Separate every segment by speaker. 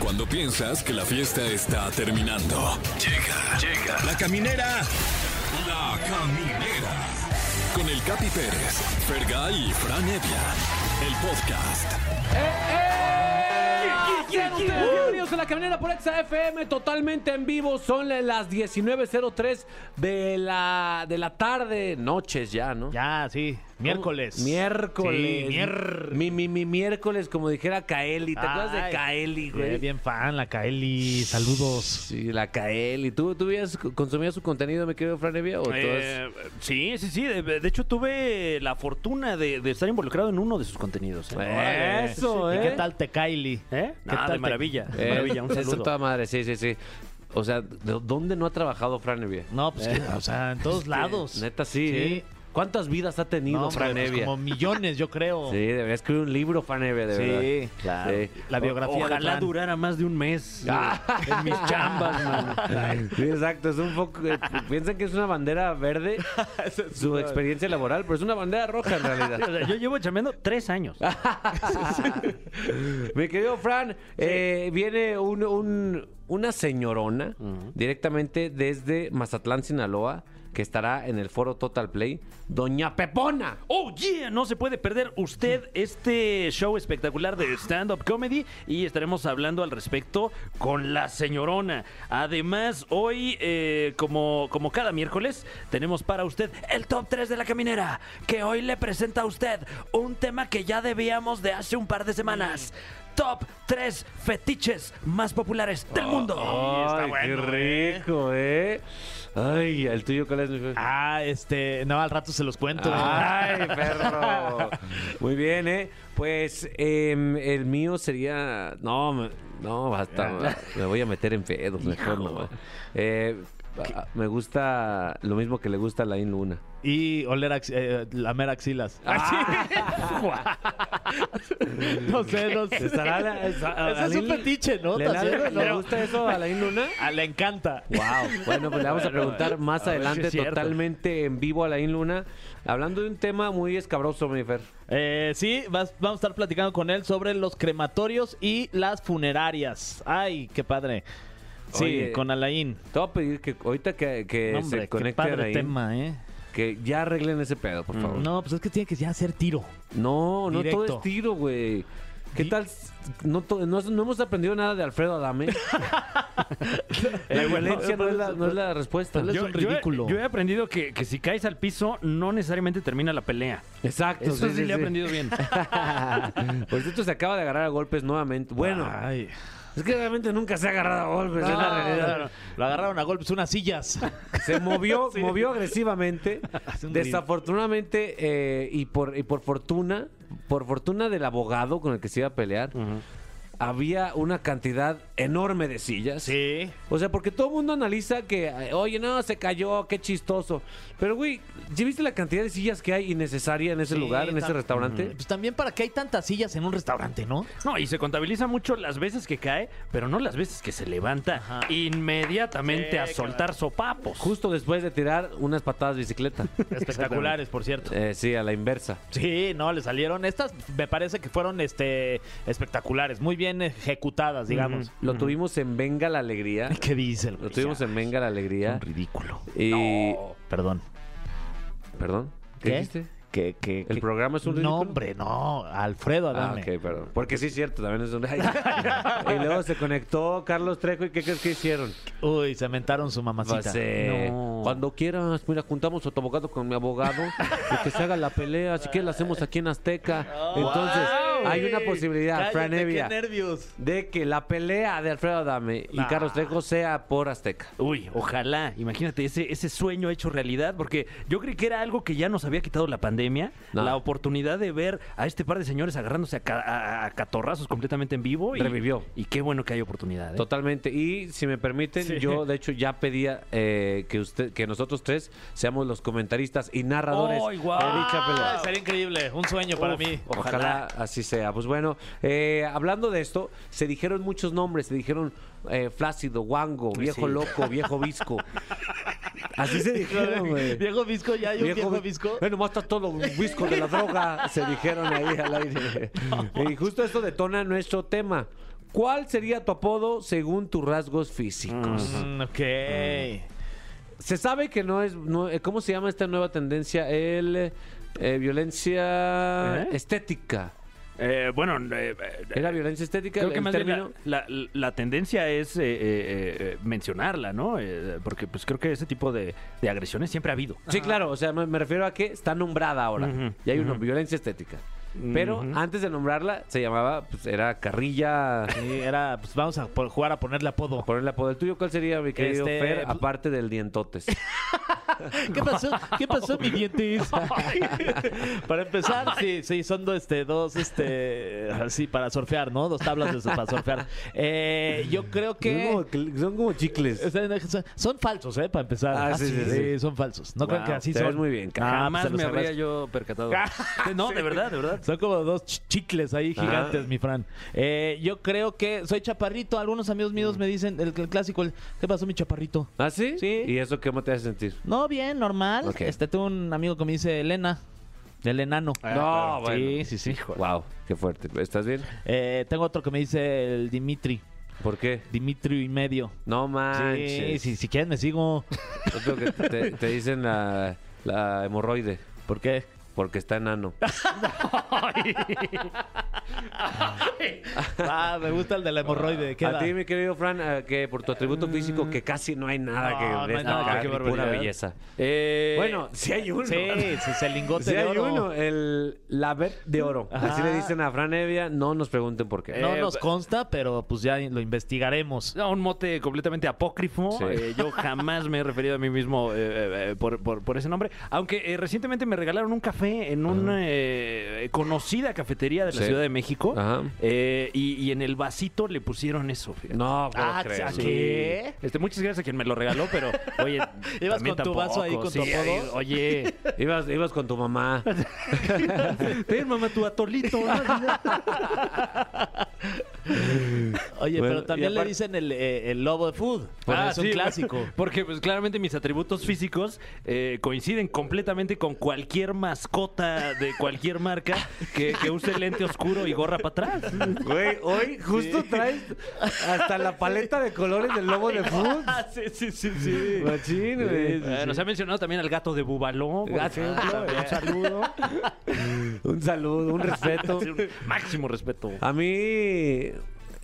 Speaker 1: Cuando piensas que la fiesta está terminando. Llega, llega. La caminera. La caminera. Con el Capi Pérez, Fergay y Fran Evia. El podcast.
Speaker 2: Sean ustedes bienvenidos a la caminera por Exa FM, totalmente en vivo. Son las 19.03 de la, de la tarde, noches ya, ¿no?
Speaker 3: Ya, sí. Miércoles.
Speaker 2: Miércoles.
Speaker 3: Sí, mier-
Speaker 2: Mi, mi, mi miércoles, como dijera Kaeli. ¿Te acuerdas de
Speaker 3: Ay,
Speaker 2: Kaeli,
Speaker 3: Eh,
Speaker 2: güey?
Speaker 3: bien fan, la Kaeli. Saludos.
Speaker 2: Sí, la Kaeli. ¿Tú, tú habías consumías su contenido, mi querido Fran Evia? ¿O tú has-
Speaker 4: Eh, sí, sí, sí. De, de hecho, tuve la fortuna de, de estar involucrado en uno de sus contenidos. ¿eh?
Speaker 3: Órale.
Speaker 2: Eso,
Speaker 3: ¿Y
Speaker 2: ¿eh?
Speaker 3: qué tal te Kaeli?
Speaker 4: ¿Eh?
Speaker 3: ¿Qué
Speaker 4: Nada,
Speaker 3: tal
Speaker 4: de
Speaker 3: te-
Speaker 4: maravilla. de
Speaker 2: Eh,
Speaker 4: maravilla, un
Speaker 2: está
Speaker 4: saludo.
Speaker 2: toda madre, sí, sí, sí. O sea, ¿de ¿dónde no ha trabajado Fran Evia?
Speaker 3: No, pues, que, o sea, en todos lados.
Speaker 2: ¿Eh? Neta, sí. ¿eh? ¿Cuántas vidas ha tenido
Speaker 3: No, hombre,
Speaker 2: Fran
Speaker 3: pues,
Speaker 2: Evia?
Speaker 3: como millones, yo creo.
Speaker 2: Sí, debería escribir un libro, Fran Evia, de verdad.
Speaker 3: Sí, claro.
Speaker 2: Sí.
Speaker 3: La biografía de
Speaker 4: Ojalá
Speaker 3: Fran.
Speaker 4: durara más de un mes
Speaker 2: Ah.
Speaker 4: eh, en mis chambas, man.
Speaker 2: Sí, exacto, es un poco. eh, piensan que es una bandera verde su experiencia laboral, pero es una bandera roja en
Speaker 4: O
Speaker 2: realidad.
Speaker 4: sea, Yo llevo chambeando tres años.
Speaker 2: Mi querido Fran, eh, viene un- un- una señorona directamente desde Mazatlán, Sinaloa, que estará en el foro Total Play, Doña Pepona.
Speaker 4: Oh, yeah, no se puede perder usted este show espectacular de stand-up comedy y estaremos hablando al respecto con la señorona. Además, hoy, eh, como, como cada miércoles, tenemos para usted el top 3 de la caminera, que hoy le presenta a usted un tema que ya debíamos de hace un par de semanas. Top 3 fetiches más populares del mundo. ah.
Speaker 2: Ay, qué rico, ¿eh? Ay, el tuyo, ¿cuál es mi Fran?
Speaker 3: Ah, este. No, al rato se los cuento.
Speaker 2: Ay, perro. Muy bien, ¿eh? Pues em, el mío sería. No, me- no, basta. Me voy a meter en pedos, mejor no. güey. Eh, a- me gusta lo mismo que le gusta a Lain Luna.
Speaker 3: Y oler ax- eh, lamer axilas. Ah, no sé, no sé.
Speaker 2: ¿Estará la- esa- a-
Speaker 3: Ese es un
Speaker 2: Alain-
Speaker 3: fetiche, ¿no?
Speaker 2: ¿Le,
Speaker 3: También,
Speaker 2: le- le
Speaker 3: ¿no?
Speaker 2: gusta eso a Lain Luna?
Speaker 3: Ah, le encanta.
Speaker 2: Wow. Bueno, pues le vamos a preguntar más
Speaker 4: A ver si
Speaker 2: adelante,
Speaker 4: es cierto.
Speaker 2: totalmente en vivo a Lain Luna, hablando de un tema muy escabroso, mi Fer.
Speaker 3: Eh, sí, vas- vamos a estar platicando con él sobre los crematorios y las funerarias. Ay, qué padre. Sí,
Speaker 2: Oye.
Speaker 3: con Alain.
Speaker 2: Te voy a pedir que ahorita que, que
Speaker 3: Hombre,
Speaker 2: se
Speaker 3: qué
Speaker 2: conecte
Speaker 3: padre
Speaker 2: Alain,
Speaker 3: tema, ¿eh?
Speaker 2: que ya arreglen ese pedo, por favor.
Speaker 3: No, pues es que tiene que ya hacer tiro.
Speaker 2: No, no todo es
Speaker 3: Directo.
Speaker 2: tiro, güey. ¿Qué
Speaker 3: Di-
Speaker 2: tal? s- No, to- no, no hemos aprendido nada de Alfredo Adame. la violencia no, es la, no es la respuesta.
Speaker 3: Yo- un
Speaker 4: he-
Speaker 3: ridículo.
Speaker 4: Yo, he aprendido que, que si caes al piso, no necesariamente termina la pelea.
Speaker 2: Exacto.
Speaker 4: Eso sí, le he aprendido bien.
Speaker 2: Por cierto, Ah, pues se acaba de agarrar a golpes nuevamente. Bueno, Ah,
Speaker 3: Ay. Ah,
Speaker 2: es que realmente nunca se ha agarrado a golpes, es la realidad.
Speaker 3: No, no, no. Lo agarraron a golpes unas sillas.
Speaker 2: Se movió, movió agresivamente.
Speaker 3: Hace un
Speaker 2: Desafortunadamente eh, y, por, y por fortuna, por fortuna del abogado con el que se iba a pelear, había una cantidad enorme de sillas.
Speaker 3: Sí.
Speaker 2: O sea, porque todo el mundo analiza que, ay, oye, no, se cayó, qué chistoso. Pero, güey, ¿ya viste la cantidad de sillas que hay innecesaria en ese
Speaker 3: Sí,
Speaker 2: lugar, en ese
Speaker 3: tam-
Speaker 2: restaurante?
Speaker 3: Pues también para qué hay tantas sillas en un restaurante, ¿no?
Speaker 4: No, y se contabiliza mucho las veces que cae, pero no las veces que se levanta inmediatamente a soltar sopapos.
Speaker 2: Justo después de tirar unas patadas de bicicleta.
Speaker 3: Espectaculares, por cierto.
Speaker 2: Eh, sí, a la inversa.
Speaker 3: Sí, no, le salieron. Estas me parece que fueron este espectaculares, muy bien ejecutadas, digamos.
Speaker 2: Lo tuvimos en Venga la Alegría.
Speaker 3: ¿Qué dice el
Speaker 2: Lo
Speaker 3: güey?
Speaker 2: tuvimos
Speaker 3: Ya,
Speaker 2: en Venga la Alegría.
Speaker 3: un ridículo.
Speaker 2: Y.
Speaker 3: Perdón.
Speaker 2: Perdón. ¿Qué, dijiste?
Speaker 3: ¿Qué, qué,
Speaker 2: ¿El
Speaker 3: qué?
Speaker 2: programa es un ridículo?
Speaker 3: No, hombre, no. Alfredo,
Speaker 2: Ah,
Speaker 3: Adame.
Speaker 2: ok, perdón. Porque sí es cierto, también es un... y luego se conectó Carlos Trejo y ¿qué crees que hicieron?
Speaker 3: Uy, se mentaron su mamacita.
Speaker 2: Pues, eh,
Speaker 4: No.
Speaker 2: Cuando quieras, mira, juntamos a tu abogado con mi abogado y que se haga la pelea. Así que la hacemos aquí en Azteca. Entonces,
Speaker 3: Oh, Wow.
Speaker 2: hay una posibilidad,
Speaker 3: Cállate,
Speaker 2: Fran Evia,
Speaker 3: Qué nervios.
Speaker 2: de que la pelea de Alfredo Adame y
Speaker 4: Nah.
Speaker 2: Carlos Trejo sea por Azteca.
Speaker 4: Uy, ojalá, imagínate ese, ese sueño hecho realidad, porque yo creí que era algo que ya nos había quitado la pandemia,
Speaker 2: No.
Speaker 4: la oportunidad de ver a este par de señores agarrándose a, ca- a- a catorrazos completamente en vivo. Y,
Speaker 2: Revivió.
Speaker 4: Y qué bueno que hay oportunidad. ¿eh?
Speaker 2: Totalmente. Y si me permiten, yo de hecho ya pedía eh, que usted, que nosotros tres seamos los comentaristas y narradores
Speaker 4: ¡Ay, guau!
Speaker 2: de dicha pelea.
Speaker 3: Ah, sería increíble. Un sueño para
Speaker 2: Uf,
Speaker 3: mí.
Speaker 2: Ojalá. así sea. Pues bueno, eh, hablando de esto, se dijeron muchos nombres. Se dijeron eh, flácido, guango, viejo
Speaker 4: sí.
Speaker 2: loco, viejo visco. Así se dijeron, güey.
Speaker 3: Viejo Visco, ya hay un viejo,
Speaker 2: vi-
Speaker 3: Visco.
Speaker 2: Eh, nomás está todo un visco de la droga, se dijeron ahí al aire. Y justo esto detona nuestro tema. ¿Cuál sería tu apodo según tus rasgos físicos?
Speaker 3: Mm, ok.
Speaker 2: Se sabe que no es. no- eh, ¿Cómo se llama esta nueva tendencia? El eh, eh, violencia
Speaker 4: ¿Eh?
Speaker 2: estética.
Speaker 4: Eh, bueno, eh, eh,
Speaker 2: ¿Era violencia estética?
Speaker 4: creo que
Speaker 2: el
Speaker 4: más bien la,
Speaker 2: término?
Speaker 4: la- la tendencia es eh, eh, eh, mencionarla, ¿no? Eh, porque pues creo que ese tipo de, de agresiones siempre ha habido.
Speaker 2: Sí, claro, o sea, me, me refiero a que está nombrada ahora
Speaker 4: Ujú,
Speaker 2: y hay una violencia estética. Pero
Speaker 4: Ujú.
Speaker 2: antes de nombrarla, se llamaba, pues era carrilla.
Speaker 3: Sí, era, pues vamos a por- jugar a ponerle apodo.
Speaker 2: Ponerle apodo. ¿El tuyo cuál sería, mi querido
Speaker 3: Este,
Speaker 2: Fer,
Speaker 3: pues-
Speaker 2: aparte del dientotes?
Speaker 3: ¿Qué pasó? ¿Qué pasó, mi dientes? para empezar, sí, sí, son dos, este, dos, este, así, para surfear, ¿no? Dos tablas de, para surfear. Eh, yo creo que...
Speaker 2: Son como, son como chicles.
Speaker 3: Son- Son falsos, ¿eh? Para empezar.
Speaker 2: Ah, sí, sí, sí.
Speaker 3: son falsos. No creo
Speaker 2: Wow,
Speaker 3: que así
Speaker 2: te
Speaker 3: son.
Speaker 2: ves muy bien, cara.
Speaker 3: Ah,
Speaker 4: Jamás
Speaker 3: pues,
Speaker 4: me
Speaker 3: se los
Speaker 4: habría
Speaker 3: agradezco.
Speaker 4: yo percatado. no, de verdad, de verdad.
Speaker 3: Son como dos ch- chicles ahí
Speaker 2: Ajá.
Speaker 3: gigantes, mi Fran. Eh, yo creo que soy chaparrito. Algunos amigos míos
Speaker 2: Mm.
Speaker 3: me dicen el, el clásico, el, ¿qué pasó, mi chaparrito?
Speaker 2: ¿Ah, sí?
Speaker 3: Sí.
Speaker 2: ¿Y eso cómo te hace sentir?
Speaker 3: No, bien, normal.
Speaker 2: Ok.
Speaker 3: Este, tuve un amigo que me dice Elena, el enano.
Speaker 2: Ah, no,
Speaker 3: Sí,
Speaker 2: bueno.
Speaker 3: sí, sí.
Speaker 2: Wow, qué fuerte. ¿Estás bien?
Speaker 3: Eh, tengo otro que me dice el Dimitri.
Speaker 2: ¿Por qué?
Speaker 3: Dimitri y medio.
Speaker 2: No
Speaker 3: Sí,
Speaker 2: manches.
Speaker 3: sí, si quieren me sigo.
Speaker 2: Otro que te, te dicen la, la hemorroide.
Speaker 3: ¿Por qué?
Speaker 2: Porque está enano.
Speaker 3: Ah, me gusta el de la hemorroide. ¿Qué
Speaker 2: Ah,
Speaker 3: Mm.
Speaker 2: A ti, mi querido Fran, eh, que por tu atributo físico, que casi no hay nada
Speaker 3: No,
Speaker 2: que
Speaker 3: no hay
Speaker 2: destacar,
Speaker 3: nada, qué
Speaker 2: pura
Speaker 3: barbaridad.
Speaker 2: belleza.
Speaker 4: Eh,
Speaker 2: bueno, sí hay uno.
Speaker 3: Sí, sí, es el lingote
Speaker 2: Sí
Speaker 3: de
Speaker 2: hay
Speaker 3: oro.
Speaker 2: uno, el la vet de oro. Así
Speaker 3: Ajá.
Speaker 2: le dicen a Fran Evia, no nos pregunten por qué.
Speaker 3: No
Speaker 4: Eh,
Speaker 3: nos
Speaker 4: ba-
Speaker 3: consta, pero pues ya lo investigaremos.
Speaker 4: No, un mote completamente apócrifo.
Speaker 2: Sí.
Speaker 4: Eh, yo jamás me he referido a mí mismo eh, eh, eh, por, por- por ese nombre. Aunque eh, recientemente me regalaron un café en una eh, conocida cafetería de la
Speaker 2: Sí.
Speaker 4: Ciudad de México.
Speaker 2: Ajá.
Speaker 4: Eh, y, y en el vasito le pusieron eso. fíjate.
Speaker 2: No, puedo
Speaker 3: Ah,
Speaker 2: creerlo.
Speaker 3: ¿a qué?
Speaker 4: Este, muchas gracias a quien me lo regaló, pero oye,
Speaker 3: ¿Ibas
Speaker 4: también
Speaker 3: con tu vaso ahí, con tu
Speaker 4: sí,
Speaker 3: apodo?
Speaker 4: ahí, Oye,
Speaker 2: Ibas, ibas con tu mamá.
Speaker 4: ten mamá tu atolito. ¿no?
Speaker 3: Oye,
Speaker 2: Bueno,
Speaker 3: pero también
Speaker 2: y
Speaker 3: le
Speaker 2: aparte-
Speaker 3: dicen el, eh, el lobo de food.
Speaker 4: Ah,
Speaker 3: es un
Speaker 4: sí,
Speaker 3: clásico.
Speaker 4: Porque pues claramente mis atributos físicos eh, coinciden completamente con cualquier mascota de cualquier marca que, que use lente oscuro y gorra para atrás.
Speaker 2: Güey, hoy justo traes hasta la paleta de colores del lobo de food.
Speaker 3: Ah, sí, sí, sí, sí.
Speaker 2: Machín, güey.
Speaker 4: Eh, nos ha mencionado también al gato de Bubaló, por
Speaker 2: Ah,
Speaker 4: ejemplo. Un saludo.
Speaker 2: eh, Un saludo, un respeto.
Speaker 4: Sí, un Máximo respeto.
Speaker 2: A mí,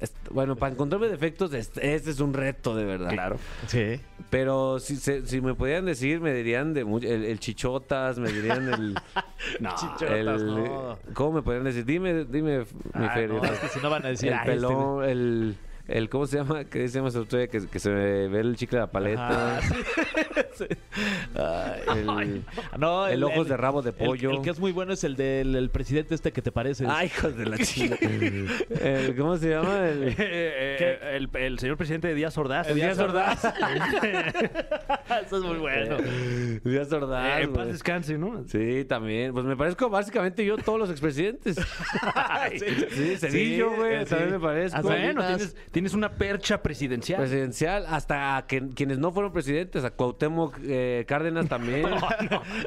Speaker 2: est- bueno, para encontrarme defectos, este, este es un reto de verdad.
Speaker 4: Claro.
Speaker 3: Sí.
Speaker 2: Pero si, se- si me podían decir, me dirían de mu- el, el chichotas, me dirían el...
Speaker 4: No.
Speaker 3: Chichotas,
Speaker 2: el-
Speaker 3: no.
Speaker 2: ¿Cómo me podrían decir? Dime, dime, f- mi
Speaker 3: Ah,
Speaker 2: Ferio.
Speaker 3: no, es que si no van a decir
Speaker 2: el
Speaker 3: "Ah, este-
Speaker 2: pelón, el, el... ¿Cómo se llama? ¿Qué se llama esa historia? Que, que se ve el chicle de la paleta.
Speaker 3: Ah, sí.
Speaker 2: el,
Speaker 3: No,
Speaker 2: el ojos de rabo de
Speaker 3: el-
Speaker 2: pollo.
Speaker 3: El, que es muy bueno es el del el presidente este que te parece.
Speaker 2: Ay, hijos de la chica. El- ¿Cómo se llama? El...
Speaker 4: Eh, eh, el, el señor presidente de Díaz Ordaz.
Speaker 3: Díaz Ordaz. Eso es muy bueno.
Speaker 2: Díaz Ordaz,
Speaker 4: Eh, en paz
Speaker 2: güey.
Speaker 4: descanse, ¿no?
Speaker 2: Sí, también. Pues me parezco básicamente yo a todos los expresidentes. Sí, Cedillo, güey,
Speaker 3: eh,
Speaker 2: también me parezco.
Speaker 3: Ah,
Speaker 4: Bueno,
Speaker 3: Salinas.
Speaker 4: tienes, tienes una percha presidencial.
Speaker 2: Presidencial, hasta a que- quienes no fueron presidentes, a Cuauhtémoc eh, Cárdenas también,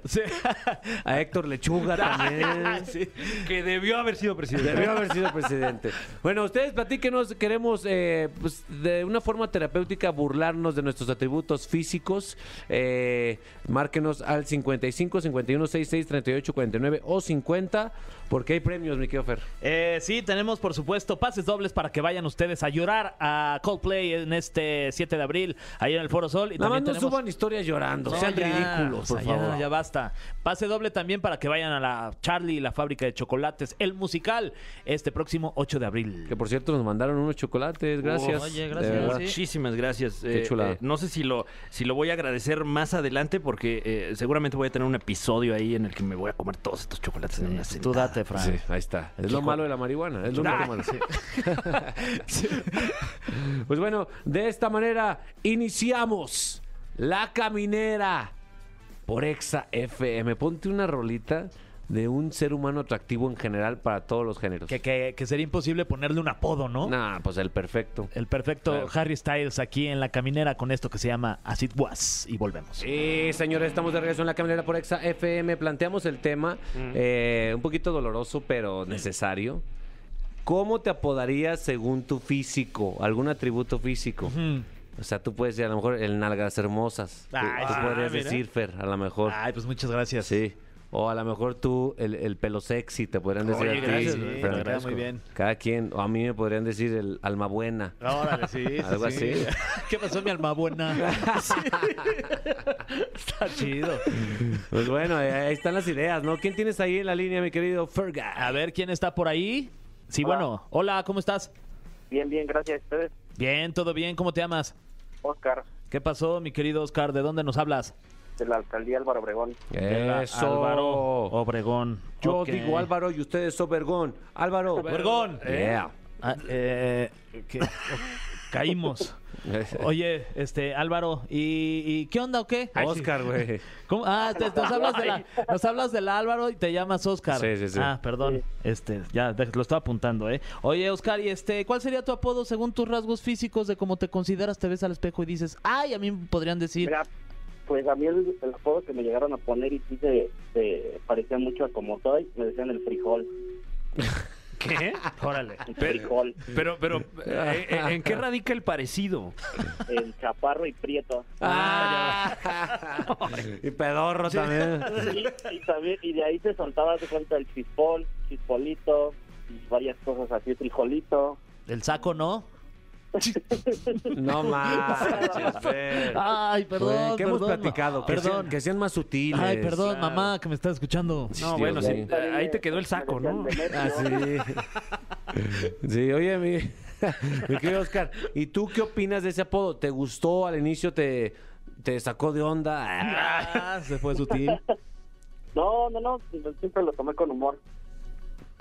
Speaker 3: Sí.
Speaker 2: a Héctor Lechuga también.
Speaker 3: Sí.
Speaker 4: que debió haber sido presidente.
Speaker 2: Debió haber sido presidente. Bueno, ustedes platíquenos, queremos eh, pues, de una forma terapéutica burlarnos de nuestros atributos físicos. Eh, márquenos al 55 51 66 38 49 o 50, porque hay premios, mi querido Fer.
Speaker 3: Eh, sí, tenemos por supuesto pases dobles para que vayan ustedes a llorar a Coldplay en este 7 de abril, ahí en el Foro Sol. Y
Speaker 2: Nada más
Speaker 3: también
Speaker 2: no
Speaker 3: tenemos-
Speaker 2: suban historias llorando,
Speaker 3: No,
Speaker 2: sean
Speaker 3: ya,
Speaker 2: ridículos,
Speaker 3: o
Speaker 2: por
Speaker 3: sea, ya,
Speaker 2: favor.
Speaker 3: Ya, basta. Pase doble también para que vayan a la Charlie, la fábrica de chocolates, el musical, este próximo 8 de abril.
Speaker 2: Que por cierto nos mandaron unos chocolates, gracias.
Speaker 3: oye,
Speaker 2: de
Speaker 3: gracias,
Speaker 2: verdad.
Speaker 3: sí.
Speaker 4: Muchísimas gracias.
Speaker 2: Qué
Speaker 4: Eh,
Speaker 2: chulada.
Speaker 4: eh, no sé si lo, si lo voy a agradecer más adelante porque eh, seguramente voy a tener un episodio ahí en el que me voy a comer todos estos chocolates en una
Speaker 3: Tú
Speaker 4: sentada.
Speaker 3: date, Fran.
Speaker 2: Sí, ahí está. Es lo malo de la marihuana, es lo
Speaker 3: Ah.
Speaker 2: único malo. Pues bueno, de esta manera iniciamos La Caminera por Exa FM. Ponte una rolita de un ser humano atractivo en general para todos los géneros.
Speaker 3: Que, que- que sería imposible ponerle un apodo, ¿no?
Speaker 2: Nah, pues el perfecto.
Speaker 3: El perfecto
Speaker 2: Claro.
Speaker 3: Harry Styles aquí en la caminera con esto que se llama As It Was. Y volvemos.
Speaker 2: Sí, señores, estamos de regreso en la caminera por Exa FM. Planteamos el tema eh, un poquito doloroso, pero necesario. ¿Cómo te apodarías según tu físico? ¿Algún atributo físico? O sea, tú puedes decir a lo mejor el nalgas hermosas. Tú-
Speaker 3: Ay,
Speaker 2: tú
Speaker 3: sí.
Speaker 2: podrías
Speaker 3: Ah, mira.
Speaker 2: decir Fer, a lo mejor.
Speaker 3: Ay, pues muchas gracias.
Speaker 2: Sí. O a lo mejor tú, el, el pelo sexy, te podrían decir
Speaker 3: Oye,
Speaker 2: a ti.
Speaker 3: gracias,
Speaker 2: Fer.
Speaker 3: sí, te queda muy bien.
Speaker 2: Cada quien, o a mí me podrían decir el alma buena.
Speaker 3: Órale, sí. sí,
Speaker 2: Algo
Speaker 3: sí.
Speaker 2: así.
Speaker 3: ¿Qué pasó, mi alma buena? Sí. Está Ah, chido.
Speaker 2: Pues bueno, eh, ahí están las ideas, ¿no? ¿Quién tienes ahí en la línea, mi querido Ferga?
Speaker 3: A ver quién está por ahí. Sí,
Speaker 5: Hola.
Speaker 3: bueno. Hola, ¿cómo estás?
Speaker 5: Bien, bien, gracias a ustedes,
Speaker 3: Bien, todo bien. ¿Cómo te llamas?
Speaker 5: Oscar,
Speaker 3: ¿Qué pasó, mi querido Oscar? ¿De dónde nos hablas?
Speaker 5: de la alcaldía Álvaro Obregón.
Speaker 2: Eso. Oh,
Speaker 4: Álvaro Obregón.
Speaker 2: Yo
Speaker 3: Ok.
Speaker 2: digo Álvaro y ustedes Sobergón. Álvaro.
Speaker 3: Obregón.
Speaker 2: Yeah.
Speaker 3: Ah, eh, que- caímos. Oye, este, Álvaro, ¿y, y qué onda o qué?
Speaker 2: Oscar, güey.
Speaker 3: ¿Cómo? Ah, te- nos hablas, de la, nos hablas del Álvaro y te llamas Oscar.
Speaker 2: Sí, sí, sí.
Speaker 3: Ah, perdón. Este, ya de- lo estaba apuntando, ¿eh? Oye, Oscar, ¿y este, cuál sería tu apodo según tus rasgos físicos de cómo te consideras, te ves al espejo y dices, ay, a mí me podrían decir,
Speaker 5: Mira, pues a mí el, el apodo que me llegaron a poner y sí se, se parecía mucho a como soy, me decían el frijol,
Speaker 4: ¿Qué? Órale.
Speaker 5: el
Speaker 4: Pero,
Speaker 5: frijol,
Speaker 4: pero, pero, eh, eh, ¿en qué radica el parecido?
Speaker 5: el chaparro y prieto.
Speaker 3: Ah,
Speaker 2: Ah. y pedorro también.
Speaker 5: Y, y también, y de ahí se soltaba de cuenta el chispol, chispolito, y varias cosas así, frijolito.
Speaker 3: el saco no.
Speaker 2: No más.
Speaker 3: Ay, perdón.
Speaker 2: que
Speaker 3: perdón,
Speaker 2: hemos platicado,
Speaker 3: ma-
Speaker 2: que,
Speaker 3: Perdón.
Speaker 2: Sean, que sean más sutiles.
Speaker 3: Ay, perdón,
Speaker 4: Claro.
Speaker 3: mamá, que me está escuchando.
Speaker 4: No,
Speaker 2: Dios
Speaker 4: bueno, sí, eh,
Speaker 2: mío.
Speaker 4: ahí te quedó el saco, ¿no?
Speaker 5: Me decían
Speaker 2: Ah,
Speaker 5: Demetrio.
Speaker 2: sí. Sí, oye, mi, mi querido Oscar, ¿y tú qué opinas de ese apodo? ¿Te gustó al inicio? ¿Te, te sacó de onda?
Speaker 3: Ah, se fue sutil.
Speaker 5: No, no, no, siempre lo tomé con humor.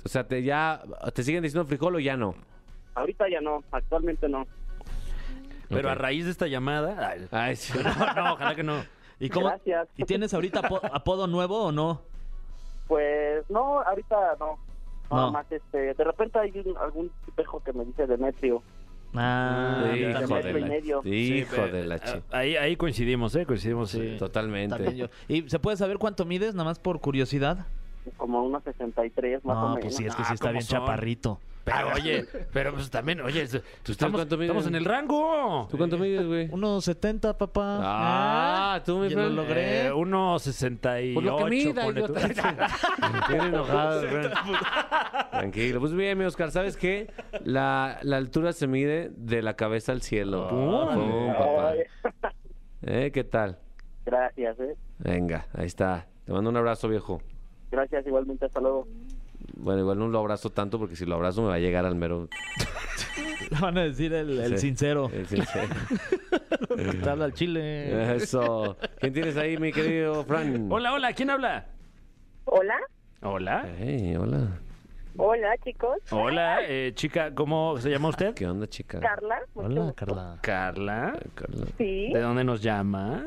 Speaker 2: O sea, ¿te, ya, ¿te siguen diciendo frijol o ya no?
Speaker 5: Ahorita ya no, actualmente no.
Speaker 4: Pero
Speaker 2: Ok.
Speaker 4: a raíz de esta llamada. ay,
Speaker 2: Ay, sí.
Speaker 4: no, no, ojalá que no.
Speaker 3: ¿Y cómo?
Speaker 5: Gracias.
Speaker 3: ¿Y tienes ahorita apo- apodo nuevo o no?
Speaker 5: Pues no, ahorita no.
Speaker 3: No.
Speaker 5: Nada más, este, de repente hay un- algún espejo que me dice Demetrio.
Speaker 3: Ah, yo
Speaker 5: ya.
Speaker 2: hijo
Speaker 3: también,
Speaker 2: de
Speaker 5: Metro y
Speaker 2: la,
Speaker 5: medio.
Speaker 2: hijo
Speaker 4: Sí, pero,
Speaker 2: de la
Speaker 4: eh,
Speaker 2: chi-
Speaker 4: Ahí, ahí coincidimos, ¿eh? Coincidimos. eh.
Speaker 2: Totalmente.
Speaker 3: también yo. ¿Y se puede saber cuánto mides, nada más por curiosidad?
Speaker 5: como unos 63 más o
Speaker 3: No,
Speaker 5: menos.
Speaker 3: pues sí, es que
Speaker 4: Ah,
Speaker 3: sí está
Speaker 4: ¿cómo
Speaker 3: bien
Speaker 4: son?
Speaker 3: chaparrito.
Speaker 4: Pero oye, pero pues también, oye, es- estamos,
Speaker 2: cuánto mides?
Speaker 4: estamos en el rango.
Speaker 2: ¿Tú cuánto mides, güey?
Speaker 3: 1.70, papá. ¿Eh?
Speaker 2: Ah, tú mi
Speaker 3: ya lo
Speaker 2: Fran.
Speaker 3: logré.
Speaker 4: Eh, 1.68.
Speaker 2: Por lo que mida,
Speaker 4: ponle tú.
Speaker 2: idiota. Me tiene enojado, Fran. Tranquilo. Pues bien, mi Oscar, ¿sabes qué? La, la altura se mide de la cabeza al cielo.
Speaker 4: Pum.
Speaker 2: Pum, papá.
Speaker 5: Ay,
Speaker 2: ¿Eh? ¿Qué tal?
Speaker 5: gracias, eh.
Speaker 2: Venga, ahí está. Te mando un abrazo, viejo.
Speaker 5: Gracias igualmente, hasta luego.
Speaker 2: Bueno, igual no lo abrazo tanto porque si lo abrazo me va a llegar al mero. eh,
Speaker 3: Le van a decir el, el
Speaker 2: Sí.
Speaker 3: sincero.
Speaker 2: el sincero.
Speaker 3: que te habla al chile.
Speaker 2: Eso. ¿Quién tienes ahí, mi querido Fran?
Speaker 4: Hola, hola, ¿quién habla?
Speaker 6: Hola,
Speaker 4: Hola.
Speaker 2: Hey, hola.
Speaker 6: hola chicos.
Speaker 4: Hola, eh, chica, ¿cómo se llama usted?
Speaker 2: ¿Qué onda, chica?
Speaker 6: Carla, mucho
Speaker 3: Hola,
Speaker 6: gusto.
Speaker 3: Carla.
Speaker 4: Carla.
Speaker 2: Carla.
Speaker 6: Sí,
Speaker 4: ¿De dónde nos llamas?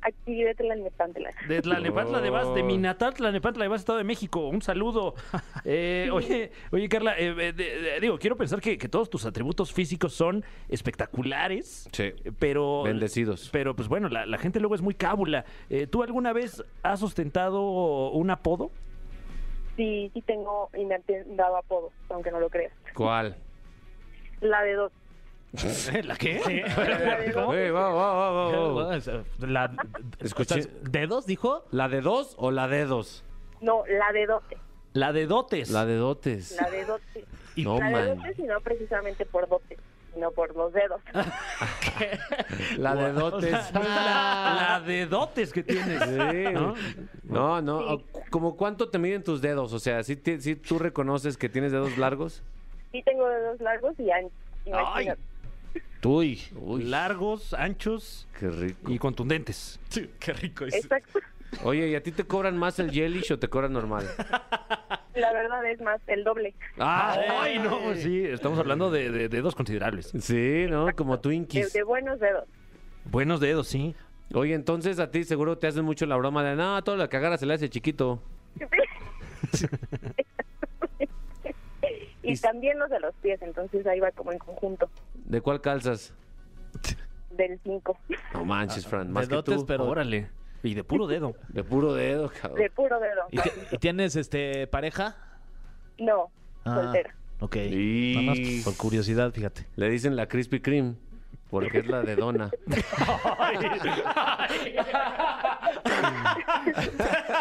Speaker 6: aquí de Tlalnepantla.
Speaker 4: De Tlalnepantla de Vaz, de
Speaker 2: Oh.
Speaker 4: mi natal Tlalnepantla de Vaz, Estado de México. Un saludo. Eh, oye, oye, Carla, eh, eh, de- de- digo, quiero pensar que, que todos tus atributos físicos son espectaculares.
Speaker 2: Sí.
Speaker 4: Pero.
Speaker 2: Bendecidos.
Speaker 4: Pero, pues bueno, la, la gente luego es muy cábula. Eh, ¿Tú alguna vez has ostentado un apodo?
Speaker 6: Sí, sí tengo y me han dado apodo, aunque no lo creas.
Speaker 2: ¿Cuál?
Speaker 6: La de dos.
Speaker 4: ¿La qué? Oh.
Speaker 6: La de dos.
Speaker 2: Ey, va, va, va, va, va.
Speaker 3: La,
Speaker 2: Escuché-
Speaker 3: ¿estás- ¿Dedos, dijo?
Speaker 2: ¿La de dos o la de dos?
Speaker 6: No, la de doce.
Speaker 4: La de dotes.
Speaker 2: La de dotes.
Speaker 6: La de doce.
Speaker 2: No,
Speaker 6: la de
Speaker 2: man.
Speaker 6: doce, sino precisamente por doce, sino por los dedos.
Speaker 2: La de dotes.
Speaker 4: La, la de dotes que tienes.
Speaker 2: Sí.
Speaker 4: ¿No?
Speaker 2: No, no. ¿Cómo cuánto te miden tus dedos? O sea, si tú reconoces que tienes dedos largos?
Speaker 6: Sí tengo dedos largos y anchos.
Speaker 4: Ay,
Speaker 6: imagínate.
Speaker 3: Uy.
Speaker 2: Uy,
Speaker 4: largos, anchos
Speaker 2: qué rico.
Speaker 4: y contundentes.
Speaker 3: Qué rico
Speaker 6: Exacto.
Speaker 2: Oye, ¿y a ti te cobran más el jellish o te cobran normal?
Speaker 6: La verdad es más, el doble.
Speaker 4: Ay, no, pues sí, estamos hablando de, de dedos considerables.
Speaker 2: Sí, ¿no? Como
Speaker 6: De,
Speaker 2: Twinkies.
Speaker 6: de buenos dedos.
Speaker 4: Buenos dedos, sí.
Speaker 2: Oye, entonces a ti seguro te hacen mucho la broma de, no, todo lo que agarra se le hace chiquito.
Speaker 6: y también los de los pies, entonces ahí va como en conjunto.
Speaker 2: ¿De cuál calzas?
Speaker 6: Del 5.
Speaker 2: No manches, Fran, más que
Speaker 3: Dedotes,
Speaker 2: tú.
Speaker 3: pero-
Speaker 4: Órale. Y de puro dedo.
Speaker 2: De puro dedo,
Speaker 6: De
Speaker 2: cabrón.
Speaker 6: puro dedo.
Speaker 3: ¿Y, ti- y tienes este pareja?
Speaker 6: No,
Speaker 3: Ah.
Speaker 6: soltera.
Speaker 3: Ok.
Speaker 2: Y-
Speaker 3: Nada más por curiosidad, fíjate.
Speaker 2: Le dicen la Krispy Kreme porque es la de dona.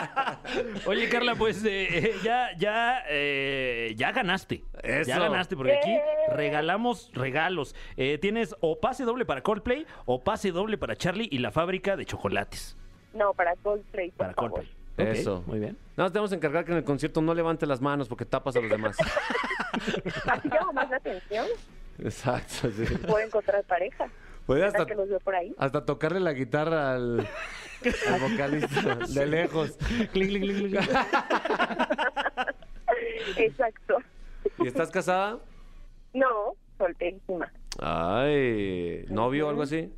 Speaker 4: Oye, Carla, pues eh, ya, ya, eh, ya ganaste. Ya
Speaker 2: Eso.
Speaker 4: ganaste, porque aquí regalamos regalos. Eh, tienes o pase doble para Coldplay o pase doble para Charlie y la fábrica de chocolates.
Speaker 6: No, para Coldplay. por
Speaker 4: Para
Speaker 6: favor.
Speaker 4: Coldplay. Ok,
Speaker 2: Eso.
Speaker 4: muy bien.
Speaker 2: Nada más te vamos a encargar que en el concierto no levante las manos porque tapas a los demás.
Speaker 6: Así llamo más la atención.
Speaker 2: Exacto, sí.
Speaker 6: Puedo encontrar pareja.
Speaker 2: Puede
Speaker 6: ¿Verdad
Speaker 2: hasta,
Speaker 6: Pues, que los veo por ahí?
Speaker 2: hasta tocarle la guitarra al, al vocalista de lejos.
Speaker 6: Exacto.
Speaker 2: ¿Y estás casada?
Speaker 6: No, solterísima.
Speaker 2: Ay, ¿novio o algo así?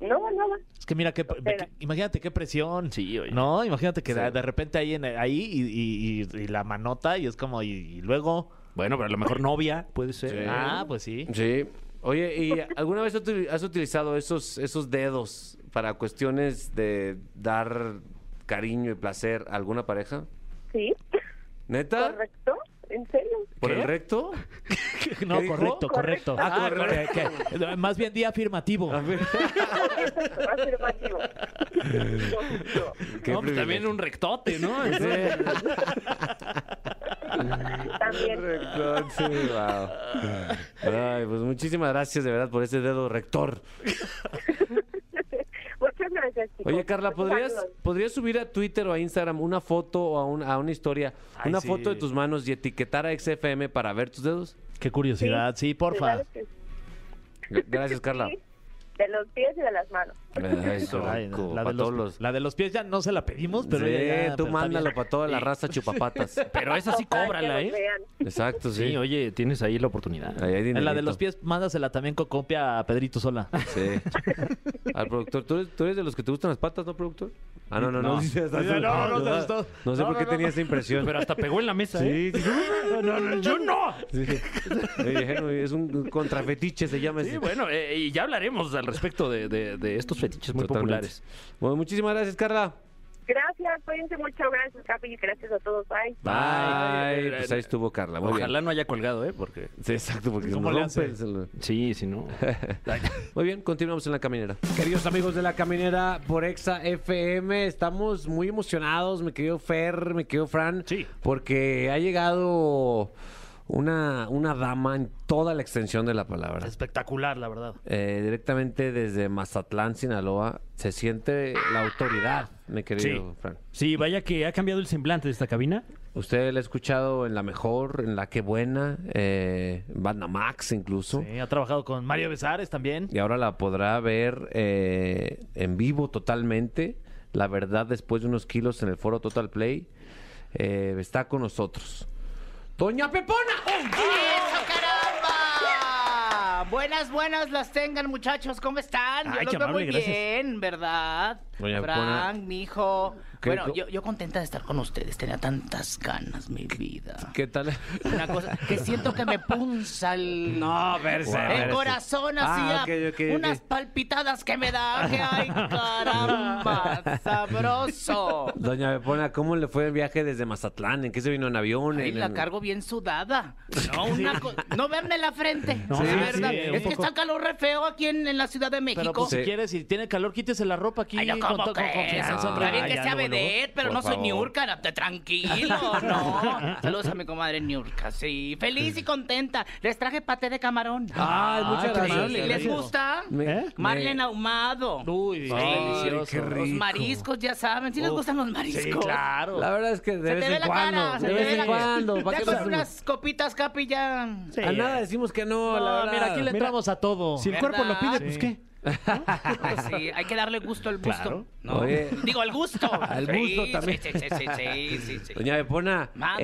Speaker 6: No, nada.
Speaker 3: Es que mira, qué,
Speaker 6: Espera.
Speaker 3: que- imagínate qué presión.
Speaker 4: Sí, oye.
Speaker 3: No, imagínate que
Speaker 2: Sí.
Speaker 3: de, de repente ahí, en, ahí y, y- y- y la manota y es como, y, y luego.
Speaker 4: Bueno, pero a lo mejor novia puede ser.
Speaker 2: Sí.
Speaker 3: Ah, pues sí.
Speaker 2: Sí. Oye, ¿y alguna vez util- has utilizado esos, esos dedos para cuestiones de dar cariño y placer a alguna pareja?
Speaker 6: Sí,
Speaker 2: ¿Neta?
Speaker 6: correcto. ¿En serio?
Speaker 2: ¿Por
Speaker 3: ¿Qué?
Speaker 2: el recto?
Speaker 3: No,
Speaker 2: ¿Qué dijo?
Speaker 3: correcto, correcto.
Speaker 2: Ah,
Speaker 3: Ah, que- que- más bien día afirmativo.
Speaker 6: Afirmativo. Positivo.
Speaker 2: Qué
Speaker 4: No, pues también
Speaker 2: privilegio.
Speaker 4: un rectote, ¿no?
Speaker 6: También.
Speaker 2: Rector, sí, wow. Ay, pues muchísimas gracias de verdad por ese dedo rector.
Speaker 6: Muchas gracias, chicos.
Speaker 2: Oye, Carla,
Speaker 6: Muchos
Speaker 2: ¿podrías,
Speaker 6: saludos.
Speaker 2: ¿podrías subir a Twitter o a Instagram una foto o a, un- a una historia,
Speaker 3: Ay,
Speaker 2: una
Speaker 3: sí.
Speaker 2: foto de tus manos y etiquetar a XFM para ver tus dedos?
Speaker 3: Qué curiosidad, sí, porfa.
Speaker 6: Claro que sí.
Speaker 2: Gracias, Carla.
Speaker 6: De los pies y de las manos.
Speaker 2: Eso,
Speaker 3: Ay,
Speaker 2: co-
Speaker 3: la,
Speaker 2: pa'
Speaker 3: de los,
Speaker 2: todos los-
Speaker 3: la de los pies ya no se la pedimos, pero
Speaker 2: Sí,
Speaker 3: ella ya-
Speaker 2: tú
Speaker 3: pero está
Speaker 2: mándalo
Speaker 3: bien.
Speaker 2: para toda la raza chupapatas.
Speaker 4: Pero esa sí
Speaker 6: Ojalá que
Speaker 4: cóbrala,
Speaker 6: los
Speaker 4: ¿eh?
Speaker 6: vean.
Speaker 2: Exacto, sí.
Speaker 4: Sí, oye, tienes ahí la oportunidad.
Speaker 2: Ahí hay
Speaker 3: En la de los
Speaker 2: dinerito.
Speaker 3: pies, mándasela también con copia a Pedrito Sola.
Speaker 2: Sí. Al productor, ¿tú eres, tú eres de los que te gustan las patas, no, productor? Ah, no, no, no.
Speaker 3: No.
Speaker 2: sí, estás-
Speaker 3: No, no, no, estás- estás-
Speaker 2: No sé
Speaker 3: no,
Speaker 2: por qué
Speaker 3: no,
Speaker 2: tenía
Speaker 3: no.
Speaker 2: esa impresión.
Speaker 4: Pero hasta pegó en la mesa, ¿eh?
Speaker 2: Sí, sí, sí.
Speaker 4: No, no, yo no.
Speaker 2: Sí. Oye, Henry, es un contrafetiche, se llama
Speaker 4: Sí,
Speaker 2: ese.
Speaker 4: bueno, eh, y ya hablaremos al respecto de, de- de estos fetiches muy
Speaker 2: Totalmente.
Speaker 4: populares.
Speaker 2: Bueno, muchísimas gracias, Carla.
Speaker 6: Gracias, cuídense mucho. Gracias, Capi. Gracias a todos. Bye.
Speaker 2: Bye.
Speaker 4: Bye.
Speaker 2: Pues ahí estuvo Carla. Muy
Speaker 4: Ojalá
Speaker 2: bien.
Speaker 4: no haya colgado, ¿eh? Porque.
Speaker 2: Sí, exacto, porque
Speaker 3: ¿Cómo
Speaker 2: se
Speaker 3: le
Speaker 2: nos rompe
Speaker 3: hace?
Speaker 2: el celular.
Speaker 4: Sí, si no.
Speaker 2: Muy bien, continuamos en la caminera.
Speaker 7: Queridos amigos de la caminera por Exa FM, estamos muy emocionados, mi querido Fer, mi querido Fran,
Speaker 4: Sí.
Speaker 2: porque ha llegado una, una dama en toda la extensión de la palabra.
Speaker 3: Espectacular, la verdad.
Speaker 2: Eh, directamente desde Mazatlán, Sinaloa, se siente la autoridad, mi querido Fran.
Speaker 4: Sí, vaya que ha cambiado el semblante de esta cabina.
Speaker 2: Usted la ha escuchado en La Mejor, en La Qué Buena, eh, en Banda Max incluso.
Speaker 3: ha trabajado con Mario Besares también.
Speaker 2: Y ahora la podrá ver eh, en vivo totalmente. La verdad, después de unos kilos en el foro Total Play, eh, está con nosotros. ¡Doña Pepona!
Speaker 8: ¡Eso, caramba! Buenas, buenas las tengan, muchachos. ¿Cómo están? Yo
Speaker 4: Ay,
Speaker 8: los
Speaker 4: qué
Speaker 8: veo
Speaker 4: amable,
Speaker 8: muy
Speaker 4: gracias.
Speaker 8: bien, ¿verdad?
Speaker 2: Doña
Speaker 8: Frank,
Speaker 2: Pona.
Speaker 8: mi hijo.
Speaker 2: ¿Qué
Speaker 8: Bueno,
Speaker 2: co-
Speaker 8: yo, yo contenta de estar con ustedes. Tenía tantas ganas, mi vida.
Speaker 2: ¿Qué tal?
Speaker 8: Una cosa que siento que me punza el,
Speaker 2: No, verse.
Speaker 8: el corazón así.
Speaker 2: Ah,
Speaker 8: a-
Speaker 2: ok, ok, ok.
Speaker 8: Unas palpitadas que me da. Que, ¡Ay, caramba! ¡Sabroso!
Speaker 2: Doña Pepona, ¿cómo le fue el viaje desde Mazatlán? ¿En qué se vino en avión?
Speaker 8: Ay,
Speaker 2: ¿En-
Speaker 8: la
Speaker 2: en-
Speaker 8: cargo bien sudada. No, una co- no verme la frente.
Speaker 3: Sí,
Speaker 8: la
Speaker 3: sí,
Speaker 8: verdad.
Speaker 3: sí, un
Speaker 8: es que
Speaker 3: poco.
Speaker 8: está calor re feo aquí en, en la Ciudad de México.
Speaker 3: Pero pues,
Speaker 2: Sí.
Speaker 3: si quieres, si tiene calor, quítese la ropa aquí.
Speaker 8: Ay, no,
Speaker 3: con
Speaker 8: ¿cómo
Speaker 3: to- con
Speaker 8: crees?
Speaker 3: confianza,
Speaker 2: Ah,
Speaker 3: hombre.
Speaker 8: Está bien
Speaker 3: Ay,
Speaker 8: que
Speaker 3: ya,
Speaker 8: sea
Speaker 3: luego, luego.
Speaker 8: vedette, pero
Speaker 2: Por
Speaker 8: no soy
Speaker 2: favor.
Speaker 8: Niurka, te- tranquilo, no. Saludos a mi comadre Niurka, sí. Feliz y contenta. Les traje paté de camarón.
Speaker 2: Ay, muchas
Speaker 3: Ay, qué
Speaker 2: gracias.
Speaker 3: amable,
Speaker 8: ¿Y ¿Les
Speaker 3: rico.
Speaker 8: gusta?
Speaker 2: Me-
Speaker 3: ¿Eh?
Speaker 8: Marlen
Speaker 2: me-
Speaker 8: ahumado.
Speaker 3: Uy,
Speaker 8: Ay,
Speaker 3: delicioso.
Speaker 2: qué rico.
Speaker 8: Los mariscos, ya saben. ¿Sí les gustan los mariscos?
Speaker 3: Sí, claro.
Speaker 2: La verdad es que de
Speaker 8: Se
Speaker 2: vez
Speaker 8: te ve
Speaker 2: en
Speaker 8: la
Speaker 2: cuando.
Speaker 8: cara, se
Speaker 2: de
Speaker 8: te ve
Speaker 2: vez
Speaker 8: la
Speaker 2: en
Speaker 8: cara.
Speaker 2: cuando. ¿para
Speaker 8: Ya
Speaker 2: qué
Speaker 8: con
Speaker 2: pasamos?
Speaker 8: unas copitas, Capi, ya.
Speaker 3: Sí.
Speaker 2: A nada decimos que no, la
Speaker 3: No,
Speaker 2: verdad.
Speaker 3: mira, aquí le entramos a todo.
Speaker 8: el cuerpo lo pide, pues,
Speaker 3: ¿qué?
Speaker 8: Pues sí, hay que darle gusto al gusto.
Speaker 3: Claro.
Speaker 8: ¿no?
Speaker 2: Oye.
Speaker 8: Digo, al gusto.
Speaker 2: Al
Speaker 8: Sí,
Speaker 2: gusto también.
Speaker 8: Sí, sí, sí, sí, sí, sí.
Speaker 2: Doña Bepona,
Speaker 8: Mande.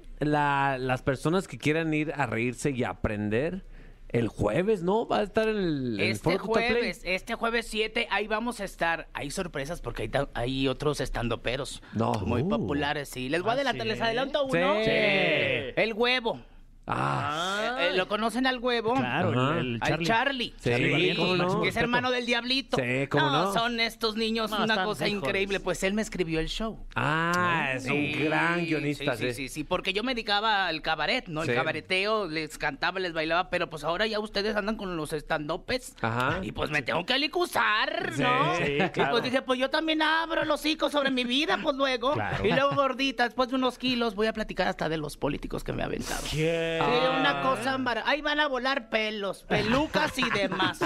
Speaker 2: eh, la- las personas que quieran ir a reírse y aprender, el jueves, ¿no? Va a estar en el, en el
Speaker 8: Este
Speaker 2: Foro Total Play.
Speaker 8: jueves, este jueves 7, ahí vamos a estar. Hay sorpresas porque hay, ta- hay otros estandoperos
Speaker 2: No.
Speaker 8: muy
Speaker 2: Uh.
Speaker 8: populares, sí. Les voy a adelantar, les adelanto uno.
Speaker 2: Sí.
Speaker 8: El huevo.
Speaker 9: Ah,
Speaker 8: Eh, eh, ¿Lo conocen al huevo?
Speaker 3: Claro,
Speaker 9: Ajá.
Speaker 3: el, el
Speaker 8: Al
Speaker 3: Charlie.
Speaker 8: Charlie.
Speaker 9: Sí, ¿cómo no?
Speaker 8: Que es hermano del Diablito.
Speaker 9: Sí, ¿cómo no?
Speaker 8: son estos niños
Speaker 4: No,
Speaker 8: una
Speaker 4: están
Speaker 8: cosa
Speaker 4: mejores.
Speaker 8: increíble. Pues él me escribió el show.
Speaker 9: ah, es un
Speaker 8: Sí,
Speaker 9: gran guionista.
Speaker 2: ¿eh?
Speaker 8: Sí, sí, sí, sí, porque yo me dedicaba al cabaret, ¿no?
Speaker 9: Sí.
Speaker 8: El cabareteo, les cantaba, les bailaba, pero pues ahora ya ustedes andan con los estandopes.
Speaker 9: Ajá.
Speaker 8: Y pues me tengo que alicuzar, ¿no?
Speaker 3: Sí,
Speaker 8: Y
Speaker 3: claro.
Speaker 8: pues dije, pues yo también abro los hocico sobre mi vida, pues luego.
Speaker 3: Claro.
Speaker 8: Y luego, gordita, después de unos kilos, voy a platicar hasta de los políticos que me ha aventado.
Speaker 3: ¿Qué?
Speaker 8: Sí,
Speaker 3: Ah.
Speaker 8: una cosa embara- Ahí van a volar pelos, pelucas y demás.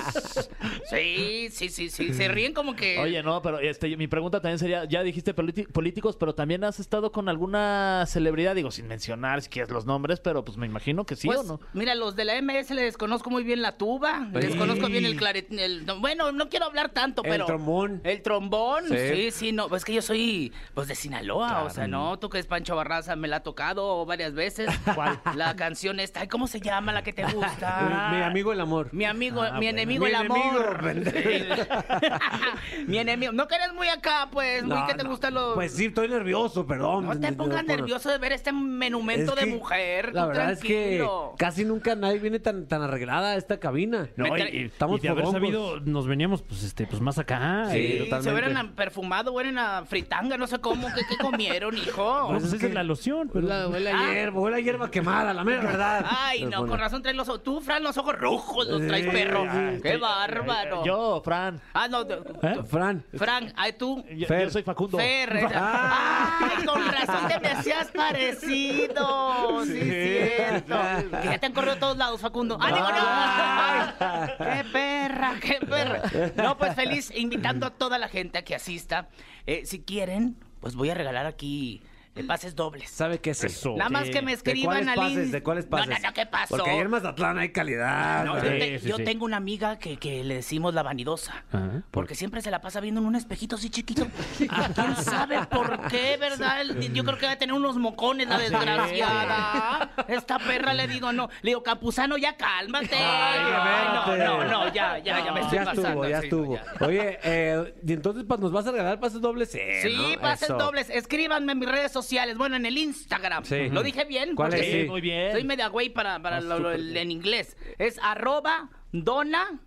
Speaker 8: Sí, sí, sí, sí. Se ríen como que.
Speaker 3: Oye, no, pero este, mi pregunta también sería, ya dijiste politi- políticos, pero también has estado con alguna celebridad, digo, sin mencionar si quieres los nombres, pero pues me imagino que sí
Speaker 8: Pues,
Speaker 3: o no. Pues
Speaker 8: Mira, los de la MS les conozco muy bien la tuba, les conozco bien el claret... el- no, bueno, no quiero hablar tanto,
Speaker 2: El
Speaker 8: pero... eh,
Speaker 2: trombón.
Speaker 8: El trombón,
Speaker 9: Sí.
Speaker 8: sí, sí, no. pues Es que yo soy, pues, de Sinaloa, o sea, ¿no? Tú que es Pancho Barraza, me la ha tocado varias veces. ¿Cuál? La canción esta, ay, ¿cómo se llama la que te gusta?
Speaker 2: Mi mi amigo el amor.
Speaker 8: Mi amigo,
Speaker 2: Ah,
Speaker 8: mi enemigo,
Speaker 2: Mi
Speaker 8: el amor.
Speaker 2: enemigo,
Speaker 8: Sí. mi enemigo. No que eres muy acá, pues, muy
Speaker 2: No,
Speaker 8: que te
Speaker 2: no.
Speaker 8: gustan los.
Speaker 2: Pues sí, estoy nervioso, perdón.
Speaker 8: no te pongas
Speaker 2: Bueno,
Speaker 8: nervioso de ver este monumento
Speaker 2: es
Speaker 8: de
Speaker 2: que
Speaker 8: mujer.
Speaker 2: La
Speaker 8: tú
Speaker 2: verdad
Speaker 8: tranquilo.
Speaker 2: es que casi nunca nadie viene tan, tan arreglada a esta cabina.
Speaker 8: No, y- y-
Speaker 2: Estamos
Speaker 4: y de haber
Speaker 2: fofongos.
Speaker 4: sabido, nos veníamos pues este, pues más acá.
Speaker 2: Sí,
Speaker 4: Eh,
Speaker 8: Sí,
Speaker 2: totalmente.
Speaker 8: se hubieran a- perfumado, huelen a fritanga, no sé cómo, qué, qué comieron, hijo.
Speaker 4: pues, esa
Speaker 2: que-
Speaker 4: es la loción, pero.
Speaker 2: La, huele a
Speaker 8: Ah.
Speaker 2: hierba, huele a hierba quemada, la mera verdad.
Speaker 8: Ay,
Speaker 2: Pero
Speaker 8: no,
Speaker 2: pues bueno.
Speaker 8: con razón traes los ojos. Tú, Fran, los ojos rojos los traes,
Speaker 2: Sí,
Speaker 8: perro.
Speaker 2: sí,
Speaker 8: Qué bárbaro.
Speaker 3: Yo, Oh, Fran.
Speaker 8: Ah, no, tú-
Speaker 2: ¿Eh? Fran.
Speaker 8: Fran, ay, tú.
Speaker 3: Yo,
Speaker 2: Fer.
Speaker 3: yo soy Facundo.
Speaker 8: Fer, eh, ay, con razón te me hacías parecido. Sí, cierto. Que ya te han corrido a todos lados, Facundo. ¡Ah, digo, no! ¡Qué perra, qué perra! No, pues feliz invitando a toda la gente a que asista. Eh, si quieren, pues voy a regalar aquí eh, pases dobles.
Speaker 2: ¿Sabe qué es eso?
Speaker 8: Nada más que me escriban
Speaker 2: ¿De
Speaker 8: al
Speaker 2: cuáles pases?
Speaker 8: in-
Speaker 2: ¿De cuáles
Speaker 8: No,
Speaker 2: pases?
Speaker 8: no, no, ¿qué pasó?
Speaker 2: Porque ayer en Mazatlán hay calidad.
Speaker 8: No,
Speaker 2: ¿verdad?
Speaker 8: yo
Speaker 4: Sí,
Speaker 8: te-
Speaker 4: sí,
Speaker 8: yo
Speaker 4: sí.
Speaker 8: tengo una amiga que, que le decimos la vanidosa.
Speaker 4: Ajá.
Speaker 8: Porque siempre se la pasa viendo en un espejito así chiquito. Ah, ¿Quién sabe por qué, verdad? El- Yo creo que va a tener unos mocones
Speaker 2: Ah,
Speaker 8: la desgraciada. Esta perra le digo, no. Le digo, Campuzano, ya cálmate. Ay,
Speaker 2: vete.
Speaker 8: no, no, no, ya, ya, ya me estoy
Speaker 2: ya estuvo,
Speaker 8: pasando.
Speaker 2: ya
Speaker 8: sí,
Speaker 2: estuvo.
Speaker 8: ya.
Speaker 2: Oye, eh, y entonces pa- nos vas a regalar pases dobles. Sí,
Speaker 8: Sí,
Speaker 2: Eh, ¿no?
Speaker 8: pases
Speaker 2: Eso.
Speaker 8: dobles. Escríbanme en mis redes sociales. Bueno, en el Instagram.
Speaker 2: Sí.
Speaker 8: ¿Lo dije bien?
Speaker 2: ¿Cuál
Speaker 8: Porque
Speaker 2: es?
Speaker 3: Sí,
Speaker 2: Sí. Ah,
Speaker 3: muy bien.
Speaker 8: Soy media güey para, para lo- lo- el- en inglés. Es arroba dona.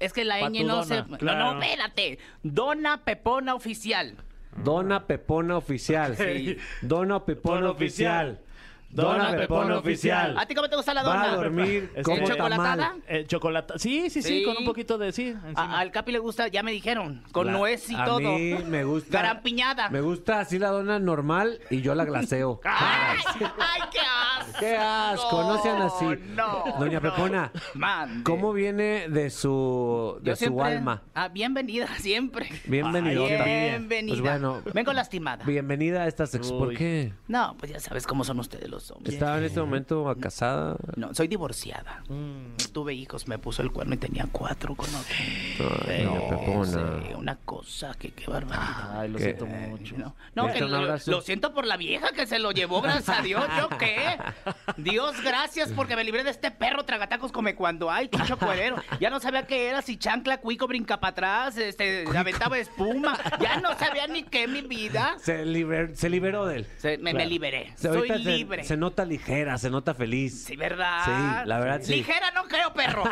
Speaker 8: Es que la ñ no se.
Speaker 3: Patudona,
Speaker 8: No,
Speaker 4: claro.
Speaker 8: no, espérate. Dona Pepona Oficial.
Speaker 2: Dona Pepona Oficial.
Speaker 8: Sí.
Speaker 2: Dona Pepona
Speaker 3: Dona
Speaker 2: Oficial.
Speaker 3: Oficial.
Speaker 2: Dona Pepona Oficial.
Speaker 8: ¿A ti cómo te gusta la dona?
Speaker 2: Va a dormir
Speaker 3: Este,
Speaker 2: como
Speaker 8: ¿Chocolatada?
Speaker 2: tamal.
Speaker 3: Eh, chocolate. Sí, sí, sí,
Speaker 8: Sí. Ah,
Speaker 3: con un poquito de sí.
Speaker 8: A-
Speaker 3: encima.
Speaker 8: al Capi le gusta, ya me dijeron, con
Speaker 2: La-
Speaker 8: nuez y
Speaker 2: a
Speaker 8: todo.
Speaker 2: mí me gusta.
Speaker 8: Garampiñada.
Speaker 2: Me gusta así la dona normal y yo la glaseo.
Speaker 8: ¡Ay! ¡Ay, qué asco!
Speaker 2: ¡Qué asco! No sean así.
Speaker 8: No,
Speaker 2: Doña
Speaker 8: no.
Speaker 2: Pepona,
Speaker 8: Mande.
Speaker 2: ¿cómo viene de su de
Speaker 8: Yo
Speaker 2: su
Speaker 8: siempre-
Speaker 2: alma?
Speaker 8: Ah, bienvenida siempre.
Speaker 2: Bienvenidota.
Speaker 8: Bienvenida.
Speaker 2: Pues bueno.
Speaker 8: Vengo lastimada.
Speaker 2: Bienvenida a estas ex. ¿Por qué?
Speaker 8: No, pues ya sabes cómo son ustedes los hombres.
Speaker 2: Estaba en este momento casada.
Speaker 8: No, soy divorciada. Tuve hijos, me puso el cuerno y tenía cuatro con otro.
Speaker 2: doña Pepona.
Speaker 8: sí, una cosa que qué barbaridad.
Speaker 3: Ay, lo
Speaker 2: ¿Qué?
Speaker 3: siento
Speaker 8: Eh,
Speaker 3: mucho.
Speaker 8: No, no, que
Speaker 2: Necesito un
Speaker 8: lo,
Speaker 2: abrazo.
Speaker 8: lo siento por la vieja que se lo llevó, gracias a Dios. ¿Yo qué? Dios, gracias porque me libré de este perro tragatacos come cuando hay, cucho cuerero. Ya no sabía qué era, si chancla, cuico, brinca para atrás, este, aventaba espuma. Ya no sabía ni qué mi vida.
Speaker 2: Se, liber- se liberó de él.
Speaker 8: Se- me, me liberé.
Speaker 2: Se-
Speaker 8: Soy
Speaker 2: ahorita se-
Speaker 8: libre.
Speaker 2: Se, nota ligera, se nota feliz.
Speaker 8: Sí, ¿verdad?
Speaker 2: Sí, la verdad sí.
Speaker 8: Ligera no creo, perro.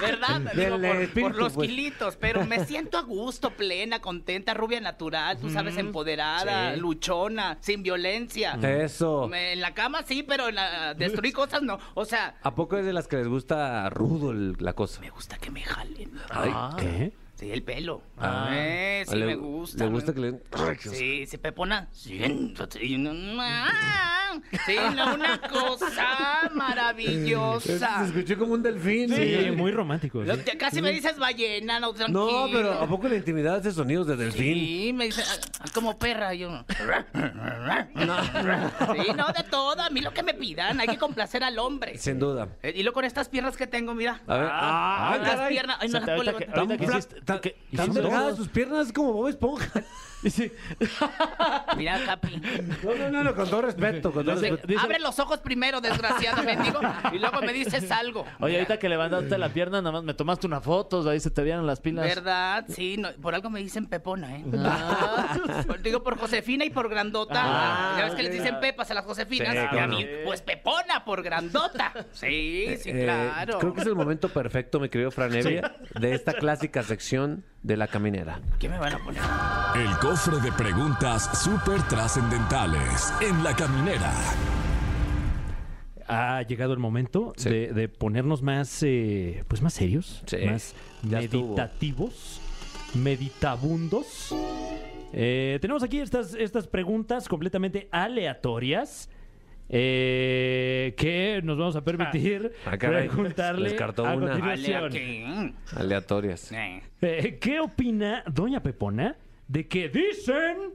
Speaker 8: ¿Verdad?
Speaker 2: Del
Speaker 8: Digo, por,
Speaker 2: espíritu,
Speaker 8: por los
Speaker 2: pues.
Speaker 8: kilitos, pero me siento a gusto, plena, contenta, rubia natural, tú sabes, empoderada, luchona, sin violencia.
Speaker 2: Eso.
Speaker 8: Me- en la cama sí, pero en la, destruir cosas no. O sea,
Speaker 2: ¿A poco es de las que les gusta rudo el- la cosa?
Speaker 8: me gusta que me jalen. Ah.
Speaker 4: ¿Qué?
Speaker 8: Sí, el pelo.
Speaker 2: Ah.
Speaker 8: Eh, sí,
Speaker 2: Le-
Speaker 8: me gusta.
Speaker 2: le
Speaker 8: me-
Speaker 2: gusta que le- Ay, Dios.
Speaker 8: Sí, se pepona. Siéntate. y no- Ah, Sí, no, una cosa maravillosa.
Speaker 2: Se escuchó como un delfín.
Speaker 4: Sí, muy romántico.
Speaker 8: Lo-
Speaker 3: Pues
Speaker 4: sí.
Speaker 8: te- casi me dices ballena, no,
Speaker 2: No,
Speaker 8: tranquilo.
Speaker 2: pero ¿a poco la intimidad hace sonidos de delfín?
Speaker 8: Sí, me dice, ah, como perra, yo. Sí, no, de todo, a mí lo que me pidan, hay que complacer al hombre.
Speaker 2: Sin duda.
Speaker 8: Eh, Y luego con estas piernas que tengo, mira.
Speaker 2: A ver. ah,
Speaker 8: Las
Speaker 2: caray.
Speaker 8: piernas, ay,
Speaker 3: Se
Speaker 8: no las
Speaker 3: te-
Speaker 8: puedo
Speaker 3: ahorita que,
Speaker 8: levantar.
Speaker 3: ahorita que
Speaker 2: Un
Speaker 3: hiciste,
Speaker 7: Tan,
Speaker 3: que-
Speaker 7: tan
Speaker 3: son
Speaker 7: delgadas
Speaker 3: todos.
Speaker 7: sus piernas como Bob Esponja.
Speaker 3: Dice,
Speaker 8: Mira, Capi.
Speaker 7: No, no, no, no, con todo respeto, con todo
Speaker 3: No sé,
Speaker 7: respeto.
Speaker 3: dice-
Speaker 8: Abre los ojos primero, desgraciado mendigo, y luego me dices algo.
Speaker 3: Oye, ahorita que levantaste la pierna, nada más me tomaste una foto, ahí se te vieron las pilas.
Speaker 8: ¿Verdad? Sí, no, por algo me dicen Pepona, ¿eh? Ah, por- digo por Josefina y por Grandota.
Speaker 3: Ah,
Speaker 8: ya ves que les
Speaker 3: sí,
Speaker 8: dicen
Speaker 3: ah.
Speaker 8: Pepas a las Josefinas.
Speaker 2: Sí,
Speaker 8: y a
Speaker 2: cómo
Speaker 8: mí, pues Pepona por Grandota. Sí, sí,
Speaker 2: Eh,
Speaker 8: claro.
Speaker 2: Creo que es el momento perfecto, mi querido Fran Evia, de esta clásica sección de la caminera.
Speaker 8: ¿Qué me van a poner?
Speaker 1: El cofre de preguntas súper trascendentales en la caminera.
Speaker 4: Ha llegado el momento
Speaker 2: Sí.
Speaker 4: de, de ponernos más, eh, pues más serios,
Speaker 2: Sí,
Speaker 4: más
Speaker 2: ya estuvo.
Speaker 4: meditativos, meditabundos. Eh, tenemos aquí estas, estas preguntas completamente aleatorias. eh, que nos vamos a permitir
Speaker 2: Ah, caray.
Speaker 4: preguntarle
Speaker 2: Descartó
Speaker 4: a
Speaker 2: una.
Speaker 4: continuación.
Speaker 8: Alea, ¿qué?
Speaker 2: Aleatorias.
Speaker 8: Eh.
Speaker 4: Eh, ¿Qué opina Doña Pepona de que dicen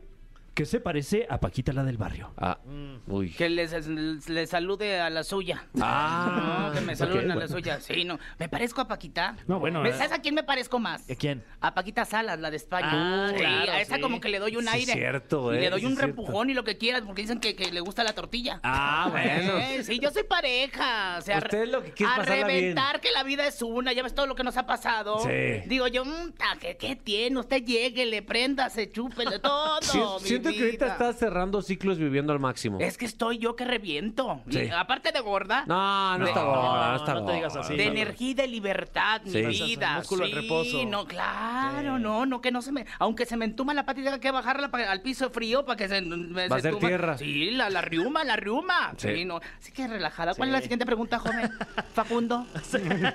Speaker 4: que se parece a Paquita la del barrio?
Speaker 2: Ah,
Speaker 8: Mm.
Speaker 2: uy.
Speaker 8: Que les, les salude a la suya.
Speaker 2: Ah,
Speaker 8: No, que me saluden
Speaker 2: ok,
Speaker 8: a la
Speaker 2: bueno.
Speaker 8: suya. Sí, no. Me parezco a Paquita.
Speaker 4: No, bueno,
Speaker 8: ¿Me-
Speaker 4: eh.
Speaker 8: ¿Sabes a quién me parezco más?
Speaker 3: ¿A quién?
Speaker 8: A Paquita Salas, la de España.
Speaker 3: Ah,
Speaker 8: Sí,
Speaker 3: claro,
Speaker 8: a esa
Speaker 3: sí.
Speaker 8: como que le doy un
Speaker 2: Sí,
Speaker 8: aire.
Speaker 2: cierto,
Speaker 8: Y
Speaker 2: eh,
Speaker 8: le doy
Speaker 2: sí,
Speaker 8: un
Speaker 2: cierto.
Speaker 8: repujón y lo que quieras, porque dicen que, que le gusta la tortilla.
Speaker 2: Ah, bueno.
Speaker 8: Eh, sí, yo soy pareja. O sea,
Speaker 2: Usted lo que quiere es
Speaker 8: a
Speaker 2: pasarla bien.
Speaker 8: reventar que la vida es una, ya ves todo lo que nos ha pasado.
Speaker 2: Sí.
Speaker 8: Digo yo, mm, ta, ¿qué, ¿qué tiene? Usted llegue, le préndase, chúpele todo.
Speaker 2: Si-
Speaker 8: mi
Speaker 2: siento que ahorita
Speaker 8: vida.
Speaker 2: estás cerrando ciclos viviendo al máximo.
Speaker 8: Es que estoy yo que reviento.
Speaker 2: Sí.
Speaker 8: Y Aparte de gorda,
Speaker 2: No, no, está
Speaker 8: No,
Speaker 2: gorda, no está
Speaker 3: no te digas
Speaker 2: gorda.
Speaker 3: así.
Speaker 8: de energía y de libertad,
Speaker 2: Sí.
Speaker 8: mi
Speaker 3: Entonces,
Speaker 8: vida.
Speaker 3: músculo en
Speaker 8: sí,
Speaker 3: reposo.
Speaker 8: no, claro,
Speaker 3: Sí.
Speaker 8: no, no, que no se me. Aunque se me entuma la patita, hay que bajarla pa- al piso frío para que se. me-
Speaker 2: Va a
Speaker 8: se
Speaker 2: ser
Speaker 8: tuma.
Speaker 2: tierra.
Speaker 8: Sí, la, la riuma, la riuma.
Speaker 2: Sí.
Speaker 8: Sí. no. Así que relajada. ¿Cuál es la siguiente pregunta, joven? Facundo.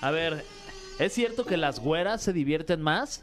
Speaker 3: A ver, ¿es cierto que las güeras se divierten más?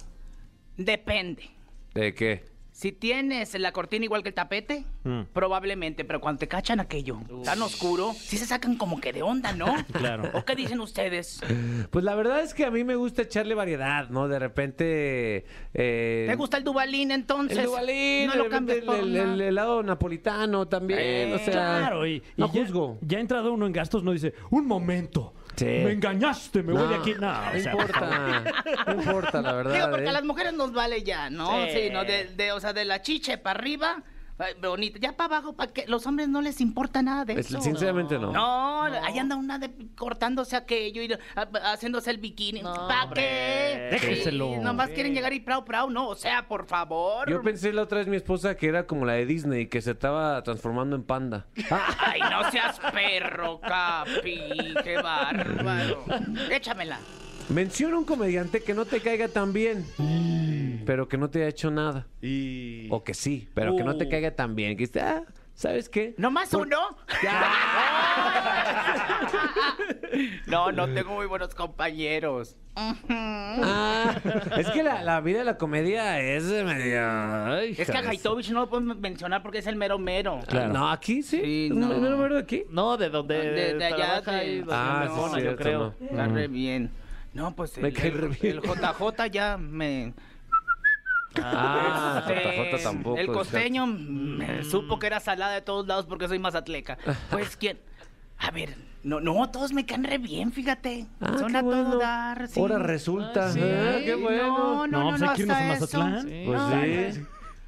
Speaker 8: Depende.
Speaker 2: ¿De qué?
Speaker 8: Si tienes la cortina igual que el tapete,
Speaker 2: Mm.
Speaker 8: probablemente, pero cuando te cachan aquello tan oscuro, sí se sacan como que de onda, ¿no?
Speaker 4: Claro.
Speaker 8: ¿O qué dicen ustedes?
Speaker 2: Pues la verdad es que a mí me gusta echarle variedad, ¿no? De repente... eh,
Speaker 8: ¿Te gusta el Dubalín entonces?
Speaker 2: El Duvalín,
Speaker 8: No
Speaker 2: de
Speaker 8: lo
Speaker 2: repente
Speaker 8: cambies
Speaker 2: el,
Speaker 8: por
Speaker 2: el-
Speaker 8: nada.
Speaker 2: el helado napolitano también,
Speaker 8: Eh,
Speaker 2: o sea...
Speaker 4: Claro, y,
Speaker 2: no
Speaker 4: y ya-
Speaker 2: juzgo.
Speaker 4: Ya, entrado uno en gastos, no dice, un momento,
Speaker 2: Sí.
Speaker 4: me engañaste, me voy de aquí. No,
Speaker 2: no
Speaker 4: o sea,
Speaker 2: importa, no importa, la verdad.
Speaker 8: Digo, porque
Speaker 2: ¿eh?
Speaker 8: a las mujeres nos vale ya, ¿no?
Speaker 3: Sí.
Speaker 8: Sí, ¿no? De, de- o sea, de la chiche para arriba, eh, bonita. Ya para abajo, para que los hombres no les importa nada de
Speaker 2: Es-
Speaker 8: eso.
Speaker 2: Pues, Sinceramente no.
Speaker 8: No, ahí anda una de, cortándose aquello y a- haciéndose el bikini. ¿Para qué?
Speaker 4: Déjenselo.
Speaker 8: Sí, nomás quieren llegar y prau, prau. No, o sea, por favor.
Speaker 2: Yo pensé la otra vez mi esposa que era como la de Disney, que se estaba transformando en panda.
Speaker 8: Ay, no seas perro, Capi. Qué bárbaro. Échamela.
Speaker 2: Menciona un comediante que no te caiga tan bien, pero que no te haya hecho nada.
Speaker 3: Y...
Speaker 2: O que sí, pero que no te caiga tan bien. Que dices, ah, ¿sabes qué?
Speaker 8: ¿Nomás
Speaker 2: Por-
Speaker 8: uno? no, no tengo muy buenos compañeros.
Speaker 2: Ah, es que la, la vida de la comedia es media... ay,
Speaker 8: Es que
Speaker 2: hija
Speaker 8: a
Speaker 2: de-
Speaker 8: Gaitovich no lo puedo mencionar porque es el mero mero.
Speaker 2: Ah, No, aquí sí.
Speaker 8: Sí,
Speaker 2: no.
Speaker 8: no.
Speaker 2: me lo veo aquí.
Speaker 3: No, de donde
Speaker 8: Ah, De- de allá,
Speaker 3: trabaja
Speaker 8: de-
Speaker 3: ahí,
Speaker 2: Ah,
Speaker 3: doña
Speaker 2: sí,
Speaker 3: Leona,
Speaker 2: es
Speaker 3: yo
Speaker 2: cierto,
Speaker 3: creo.
Speaker 2: no.
Speaker 8: Está re bien. No, pues el,
Speaker 2: Me cae re bien.
Speaker 8: el JJ ya me...
Speaker 2: Ah,
Speaker 8: este,
Speaker 2: JJ tampoco.
Speaker 8: El costeño me supo que era salada de todos lados porque soy mazatleca. Pues, ¿quién? A ver, no, no, todos me caen re bien, fíjate.
Speaker 2: Ah,
Speaker 8: Son
Speaker 2: qué
Speaker 8: a
Speaker 2: bueno.
Speaker 8: todo dar. sí.
Speaker 2: Ahora resulta.
Speaker 3: Ah, sí.
Speaker 2: Ah, qué
Speaker 8: Sí,
Speaker 2: bueno.
Speaker 4: No,
Speaker 8: No, no, no,
Speaker 4: pues
Speaker 8: no,
Speaker 4: hay que irnos
Speaker 8: hasta
Speaker 4: a
Speaker 8: eso.
Speaker 4: Mazatlán.
Speaker 3: Sí.
Speaker 2: Pues
Speaker 8: No,
Speaker 2: sí.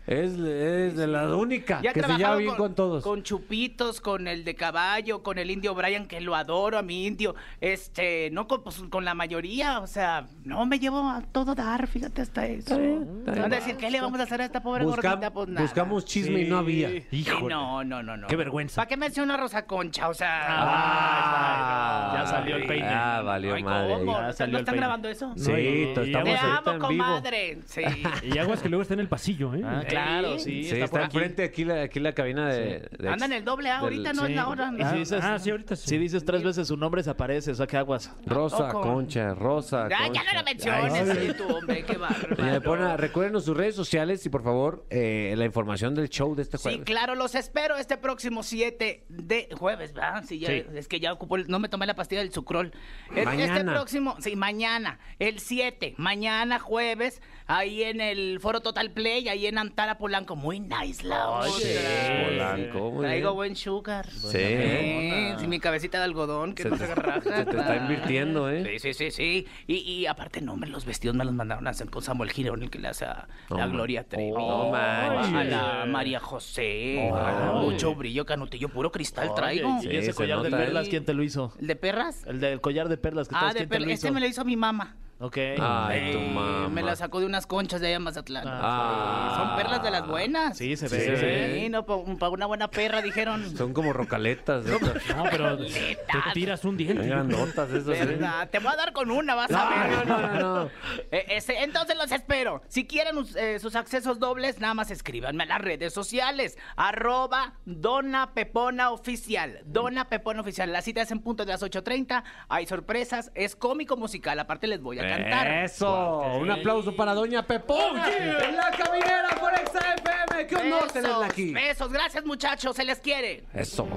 Speaker 2: Es, es de las únicas
Speaker 8: Ya he
Speaker 2: Ah, que se lleva
Speaker 8: trabajado
Speaker 2: bien con todos.
Speaker 8: Con Chupitos, con el de caballo, con el indio Brian, que lo adoro a mi indio. Este, no con, pues, con la mayoría, o sea, no me llevo a todo dar, fíjate hasta eso.
Speaker 2: bien, está
Speaker 8: Van a
Speaker 2: bien.
Speaker 8: decir, ¿qué le vamos a hacer a esta pobre
Speaker 2: Buscam-
Speaker 8: gordita? Pues nada.
Speaker 2: buscamos chisme y no había.
Speaker 8: Híjole. no, no, no, no.
Speaker 4: Qué vergüenza.
Speaker 8: ¿Para qué menciona a Rosa Concha? O sea.
Speaker 3: Ah, ya salió el peine.
Speaker 2: Ah, valió
Speaker 8: ay,
Speaker 2: madre.
Speaker 8: ¿cómo?
Speaker 3: ya salió
Speaker 8: ¿No
Speaker 3: el
Speaker 8: están
Speaker 3: peine.
Speaker 8: grabando eso?
Speaker 2: Sí,
Speaker 4: y-
Speaker 2: to- estamos
Speaker 4: y
Speaker 8: Te
Speaker 4: aguas-
Speaker 2: ahorita
Speaker 8: amo,
Speaker 2: en vivo.
Speaker 8: comadre. Sí.
Speaker 4: Y aguas que luego está en el pasillo, ¿eh?
Speaker 3: Ah, claro, sí.
Speaker 2: Sí, está enfrente aquí la, aquí la cabina de, de ex-
Speaker 8: Anda en el doble A,
Speaker 2: del-
Speaker 8: ahorita no es la hora.
Speaker 3: Y si dices-
Speaker 4: Ah, sí, ahorita sí.
Speaker 3: Si dices tres veces su nombre, se aparece, o sea, ¿qué aguas?
Speaker 2: Rosa
Speaker 8: Tampoco.
Speaker 2: Concha, Rosa
Speaker 8: Ya,
Speaker 2: Concha.
Speaker 8: ya no la menciones, sí, tú, hombre, qué
Speaker 2: Doña Pepona,
Speaker 8: bárbaro.
Speaker 2: recuerden sus redes sociales y por favor eh, la información del show de este
Speaker 8: Sí,
Speaker 2: jueves.
Speaker 8: claro, los espero este próximo 7 de jueves, ¿verdad? Sí, ya-
Speaker 4: Sí.
Speaker 8: es que ya ocupó, el- no me tomé la pastilla del sucrol. E- Este
Speaker 2: Mañana.
Speaker 8: próximo, sí, mañana, el 7, mañana jueves, ahí en el Foro Total Play, ahí en invitar a Polanco. Muy nice, la
Speaker 3: Ay,
Speaker 8: otra.
Speaker 3: sí.
Speaker 2: Polanco, muy
Speaker 8: Traigo
Speaker 2: bien.
Speaker 8: buen sugar.
Speaker 2: Sí.
Speaker 8: Eh, sí, mi cabecita de algodón, que
Speaker 2: Se
Speaker 8: no
Speaker 2: te-
Speaker 8: se raja.
Speaker 2: se te está invirtiendo, ¿eh?
Speaker 8: Sí, sí, sí, sí. Y, y aparte, no, hombre, los vestidos me los mandaron a hacer con Samuel Girón, el que le hace a la
Speaker 2: No
Speaker 8: Gloria Trevi.
Speaker 2: no manches.
Speaker 8: a
Speaker 3: Ah,
Speaker 8: la Ah, María José. ah,
Speaker 3: Ay.
Speaker 8: Mucho brillo, canutillo, puro cristal traigo.
Speaker 3: Oye, ¿Y
Speaker 2: Oh.
Speaker 3: ese
Speaker 2: Sí, se
Speaker 3: collar de
Speaker 2: nota, ¿eh?
Speaker 3: perlas quién te lo hizo?
Speaker 8: ¿El de perras?
Speaker 3: El del collar de perlas que
Speaker 8: Ah,
Speaker 3: traes,
Speaker 8: de
Speaker 3: ¿quién te
Speaker 8: perlas.
Speaker 3: lo hizo?
Speaker 8: Este me lo hizo mi mamá.
Speaker 3: Ok.
Speaker 2: Ay, tu
Speaker 8: Eh,
Speaker 2: mamá.
Speaker 8: Me la sacó de unas conchas de allá en Mazatlán.
Speaker 2: Ah.
Speaker 8: Son perlas de las buenas.
Speaker 3: Sí, se ve.
Speaker 2: Sí, se ve.
Speaker 8: Sí, no, para una buena perra, dijeron.
Speaker 2: Son como rocaletas. de esas.
Speaker 4: No, pero te tiras un diente.
Speaker 2: Eran notas esas. ¿eh?
Speaker 8: ¿Verdad? ah, Te voy a dar con una, vas a ver.
Speaker 2: No, no, no, no, no.
Speaker 8: Eh, este, entonces los espero. Si quieren us- eh, sus accesos dobles, nada más escríbanme a las redes sociales. Arroba Dona Pepona Oficial. Dona Pepona Oficial. La cita es en punto de las 8.30. Hay sorpresas. Es cómico musical. Aparte les voy a cantar.
Speaker 7: Eso, un aplauso para Doña Pepona en la caminera por Exa FM. Qué honor tenerla aquí.
Speaker 8: besos. Gracias, muchachos. Se les quiere.
Speaker 2: Eso.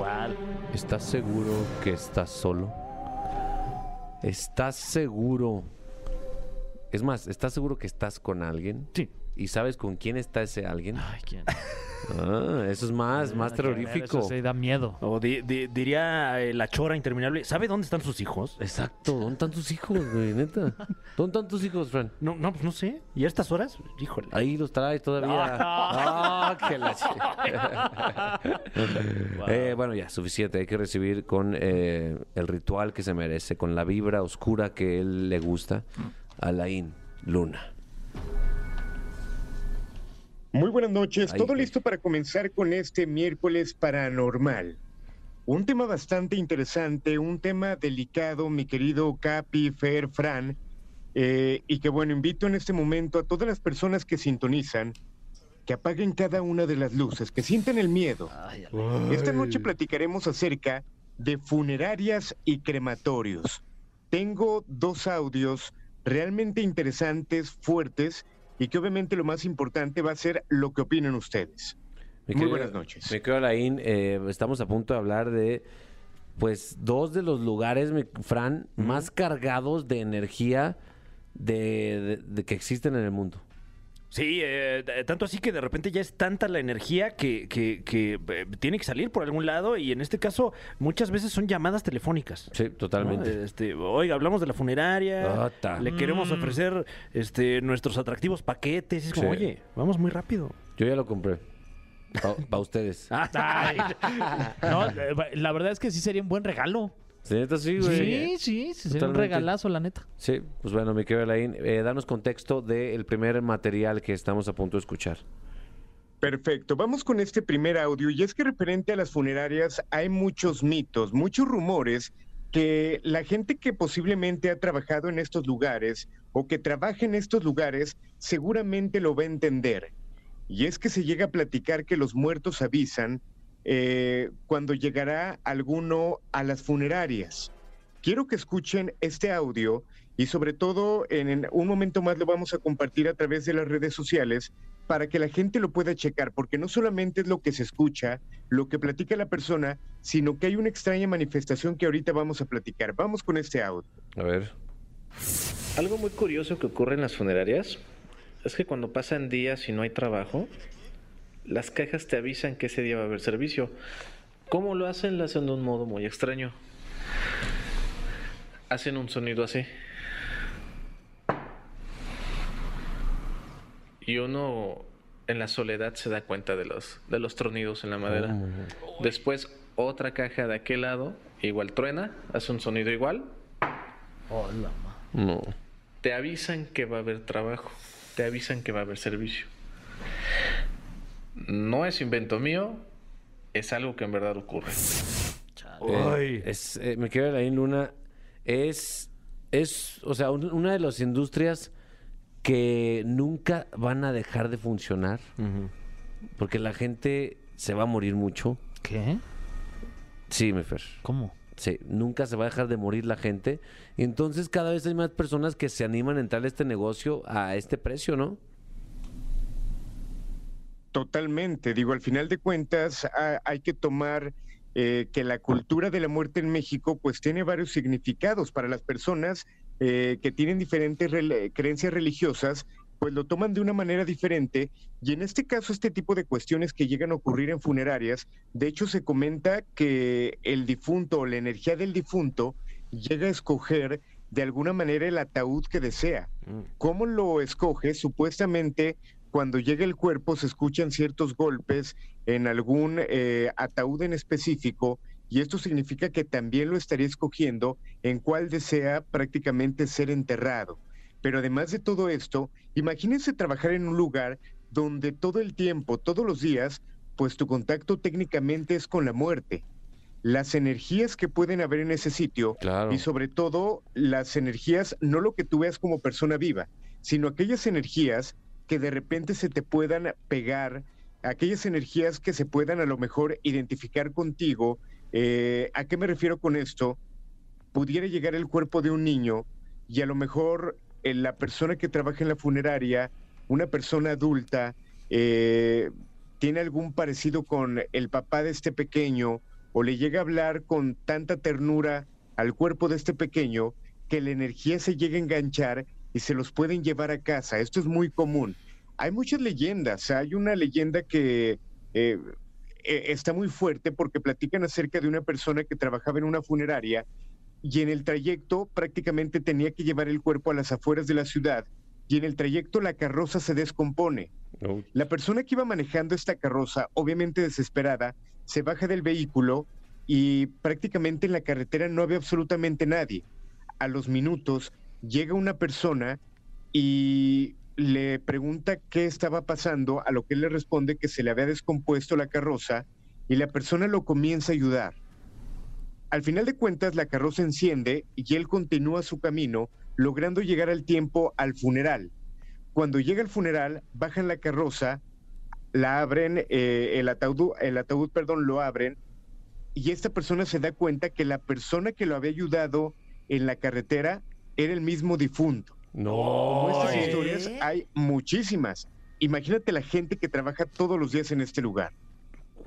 Speaker 2: ¿Estás seguro que estás solo? ¿Estás seguro? Es más, ¿estás seguro que estás con alguien?
Speaker 3: Sí.
Speaker 2: ¿Y sabes con quién está ese alguien?
Speaker 3: Ay, ¿quién?
Speaker 2: Ah, eso es más, más terrorífico.
Speaker 3: Eso sí da miedo.
Speaker 4: O di- di- diría eh, la chora interminable. ¿Sabe dónde están sus hijos?
Speaker 2: Exacto, ¿dónde están tus hijos, güey? Neta. ¿Dónde están tus hijos, Fran?
Speaker 4: No, no, pues no sé. ¿Y a estas horas? Híjole.
Speaker 2: Ahí los traes todavía. Ah, que la chi- Eh, bueno, ya, suficiente. Hay que recibir con eh, el ritual que se merece, con la vibra oscura que él le gusta. Alain Luna.
Speaker 10: Muy buenas noches,
Speaker 2: Ahí,
Speaker 10: todo
Speaker 2: pues.
Speaker 10: listo para comenzar con este miércoles paranormal. Un tema bastante interesante, un tema delicado, mi querido Capi, Fer, Fran, eh, y que bueno, invito en este momento a todas las personas que sintonizan que apaguen cada una de las luces, que sientan el miedo. Esta noche platicaremos acerca de funerarias y crematorios. Tengo dos audios realmente interesantes, fuertes, y que obviamente lo más importante va a ser lo que opinen ustedes.
Speaker 2: Mi
Speaker 10: Muy
Speaker 2: querido-
Speaker 10: buenas noches.
Speaker 2: Mi querido Alain, eh, estamos a punto de hablar de, pues, dos de los lugares, mi Fran, más cargados de energía de- de- de que existen en el mundo.
Speaker 4: Sí, eh, t- tanto así que de repente ya es tanta la energía que, que- que, eh, tiene que salir por algún lado y en este caso muchas veces son llamadas telefónicas.
Speaker 2: Sí, totalmente.
Speaker 4: ¿no? Este, oiga, hablamos de la funeraria,
Speaker 2: Ota.
Speaker 4: le queremos ofrecer este, nuestros atractivos paquetes. Es como,
Speaker 2: Sí.
Speaker 4: oye, vamos muy rápido.
Speaker 2: Yo ya lo compré. Para ustedes.
Speaker 3: Ay. No, eh, la verdad es que sí sería un buen regalo.
Speaker 2: Sí, neta, sí, güey.
Speaker 3: Sí, sí, sí, sería un
Speaker 2: Totalmente.
Speaker 3: regalazo, la neta.
Speaker 2: Sí, pues bueno, mi querido Alain, eh, danos contexto del primer material que estamos a punto de escuchar.
Speaker 10: Perfecto, vamos con este primer audio y es que referente a las funerarias hay muchos mitos, muchos rumores que la gente que posiblemente ha trabajado en estos lugares o que trabaja en estos lugares seguramente lo va a entender. Y es que se llega a platicar que los muertos avisan eh, cuando llegará alguno a las funerarias. Quiero que escuchen este audio y sobre todo en- en un momento más lo vamos a compartir a través de las redes sociales para que la gente lo pueda checar, porque no solamente es lo que se escucha, lo que platica la persona, sino que hay una extraña manifestación que ahorita vamos a platicar. Vamos con este audio.
Speaker 2: A ver.
Speaker 11: Algo muy curioso que ocurre en las funerarias es que cuando pasan días y no hay trabajo, las cajas te avisan que ese día va a haber servicio. ¿Cómo lo hacen? Lo hacen de un modo muy extraño. Hacen un sonido así. Y uno en la soledad se da cuenta de los, de los tronidos en la madera. Después otra caja de aquel lado, igual truena, hace un sonido igual,
Speaker 2: No.
Speaker 11: te avisan que va a haber trabajo, te avisan que va a haber servicio. No es invento mío, es algo que en verdad ocurre.
Speaker 2: Eh, es, eh, mi querido Alain Luna, es, es, o sea, un- una de las industrias que nunca van a dejar de funcionar, porque la gente se va a morir mucho.
Speaker 3: ¿Qué?
Speaker 2: Sí, mi Fer.
Speaker 3: ¿Cómo?
Speaker 2: Sí, nunca se va a dejar de morir la gente. Y entonces cada vez hay más personas que se animan a entrar a este negocio a este precio, ¿no?
Speaker 10: Totalmente, digo, al final de cuentas ha- hay que tomar eh, que la cultura de la muerte en México pues tiene varios significados para las personas eh, que tienen diferentes rel- creencias religiosas, pues lo toman de una manera diferente y en este caso este tipo de cuestiones que llegan a ocurrir en funerarias, de hecho se comenta que el difunto o la energía del difunto llega a escoger de alguna manera el ataúd que desea.
Speaker 2: Mm,
Speaker 10: ¿Cómo lo escoge? Supuestamente cuando llega el cuerpo se escuchan ciertos golpes en algún eh, ataúd en específico y esto significa que también lo estaría escogiendo en cuál desea prácticamente ser enterrado. Pero además de todo esto, imagínense trabajar en un lugar donde todo el tiempo, todos los días, pues tu contacto técnicamente es con la muerte. Las energías que pueden haber en ese sitio
Speaker 2: Claro.
Speaker 10: y sobre todo las energías, no lo que tú veas como persona viva, sino aquellas energías que de repente se te puedan pegar, aquellas energías que se puedan a lo mejor identificar contigo. Eh, ¿A qué me refiero con esto? Pudiera llegar el cuerpo de un niño y a lo mejor eh, la persona que trabaja en la funeraria, una persona adulta, eh, tiene algún parecido con el papá de este pequeño o le llega a hablar con tanta ternura al cuerpo de este pequeño que la energía se llega a enganchar y se los pueden llevar a casa. Esto es muy común. Hay muchas leyendas. Hay una leyenda que eh, eh, está muy fuerte porque platican acerca de una persona que trabajaba en una funeraria y en el trayecto prácticamente tenía que llevar el cuerpo a las afueras de la ciudad y en el trayecto la carroza se descompone. La persona que iba manejando esta carroza, obviamente desesperada, se baja del vehículo y prácticamente en la carretera no había absolutamente nadie. A los minutos llega una persona y le pregunta qué estaba pasando, a lo que él le responde que se le había descompuesto la carroza y la persona lo comienza a ayudar. Al final de cuentas, la carroza enciende y él continúa su camino, logrando llegar al tiempo al funeral. Cuando llega al funeral, bajan la carroza, la abren, eh, el ataúd, el ataúd, perdón, lo abren, y esta persona se da cuenta que la persona que lo había ayudado en la carretera era el mismo difunto.
Speaker 2: No.
Speaker 10: Como estas historias hay muchísimas. Imagínate la gente que trabaja todos los días en este lugar.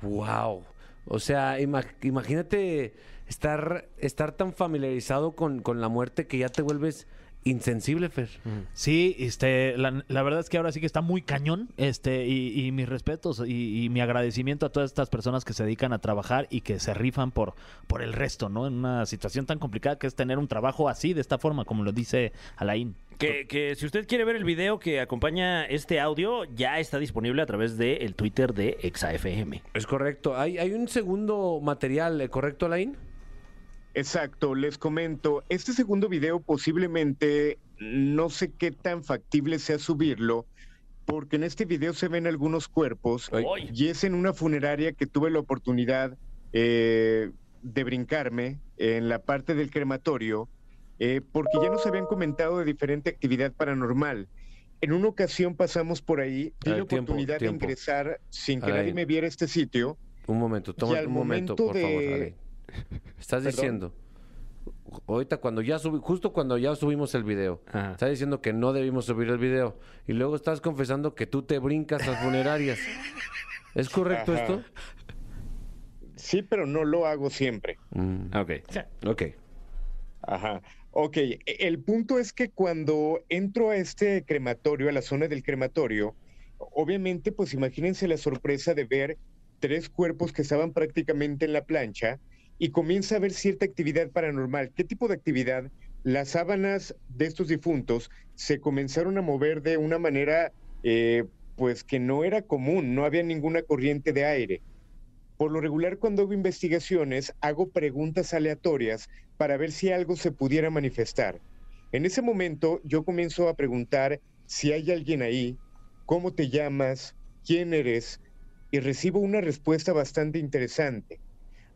Speaker 2: Wow. O sea, ima- imagínate estar, estar tan familiarizado con, con la muerte que ya te vuelves insensible, Fer.
Speaker 3: Sí, este, la, la verdad es que ahora sí que está muy cañón, este, y, y mis respetos y, y mi agradecimiento a todas estas personas que se dedican a trabajar y que se rifan por, por el resto, ¿no? En una situación tan complicada que es tener un trabajo así, de esta forma, como lo dice Alain.
Speaker 4: Que, que si usted quiere ver el video que acompaña este audio, ya está disponible a través del Twitter de ExaFM.
Speaker 2: Es correcto. Hay, hay un segundo material, ¿eh? ¿correcto, Alain?
Speaker 10: Exacto, les comento, este segundo video posiblemente no sé qué tan factible sea subirlo, porque en este video se ven algunos cuerpos
Speaker 4: Ay.
Speaker 10: y es en una funeraria que tuve la oportunidad eh, de brincarme en la parte del crematorio, eh, porque ya nos habían comentado de diferente actividad paranormal. En una ocasión pasamos por
Speaker 2: A
Speaker 10: ahí, di
Speaker 2: ver,
Speaker 10: la
Speaker 2: tiempo,
Speaker 10: oportunidad
Speaker 2: tiempo.
Speaker 10: de ingresar sin que
Speaker 2: Alain.
Speaker 10: nadie me viera este sitio.
Speaker 2: Un momento,
Speaker 10: Y
Speaker 2: toma
Speaker 10: al
Speaker 2: un momento,
Speaker 10: momento
Speaker 2: por favor,
Speaker 10: de-
Speaker 2: Alain. Estás
Speaker 10: Perdón.
Speaker 2: diciendo, ahorita cuando ya subí, justo cuando ya subimos el video, estás diciendo que no debimos subir el video y luego estás confesando que tú te brincas a funerarias. ¿Es correcto
Speaker 10: Ajá.
Speaker 2: esto?
Speaker 10: Sí, pero no lo hago siempre.
Speaker 4: Ok.
Speaker 2: Mm. Ok.
Speaker 10: Ajá. Ok, e- el punto es que cuando entro a este crematorio, a la zona del crematorio, obviamente, pues imagínense la sorpresa de ver tres cuerpos que estaban prácticamente en la plancha y comienza a haber cierta actividad paranormal. ¿Qué tipo de actividad? Las sábanas de estos difuntos se comenzaron a mover de una manera, eh, pues que no era común, no había ninguna corriente de aire. Por lo regular, cuando hago investigaciones, hago preguntas aleatorias para ver si algo se pudiera manifestar. En ese momento, yo comienzo a preguntar si hay alguien ahí, cómo te llamas, quién eres, y recibo una respuesta bastante interesante.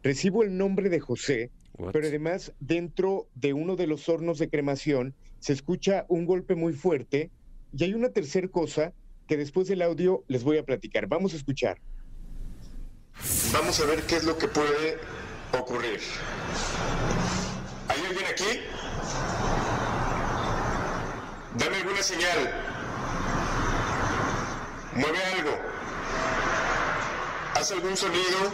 Speaker 10: Recibo el nombre de José,
Speaker 2: What?
Speaker 10: pero además dentro de uno de los hornos de cremación se escucha un golpe muy fuerte y hay una tercera cosa que después del audio les voy a platicar. Vamos a escuchar.
Speaker 12: Vamos a ver qué es lo que puede ocurrir. ¿Hay alguien aquí? Dame alguna señal. Mueve algo. Haz algún sonido.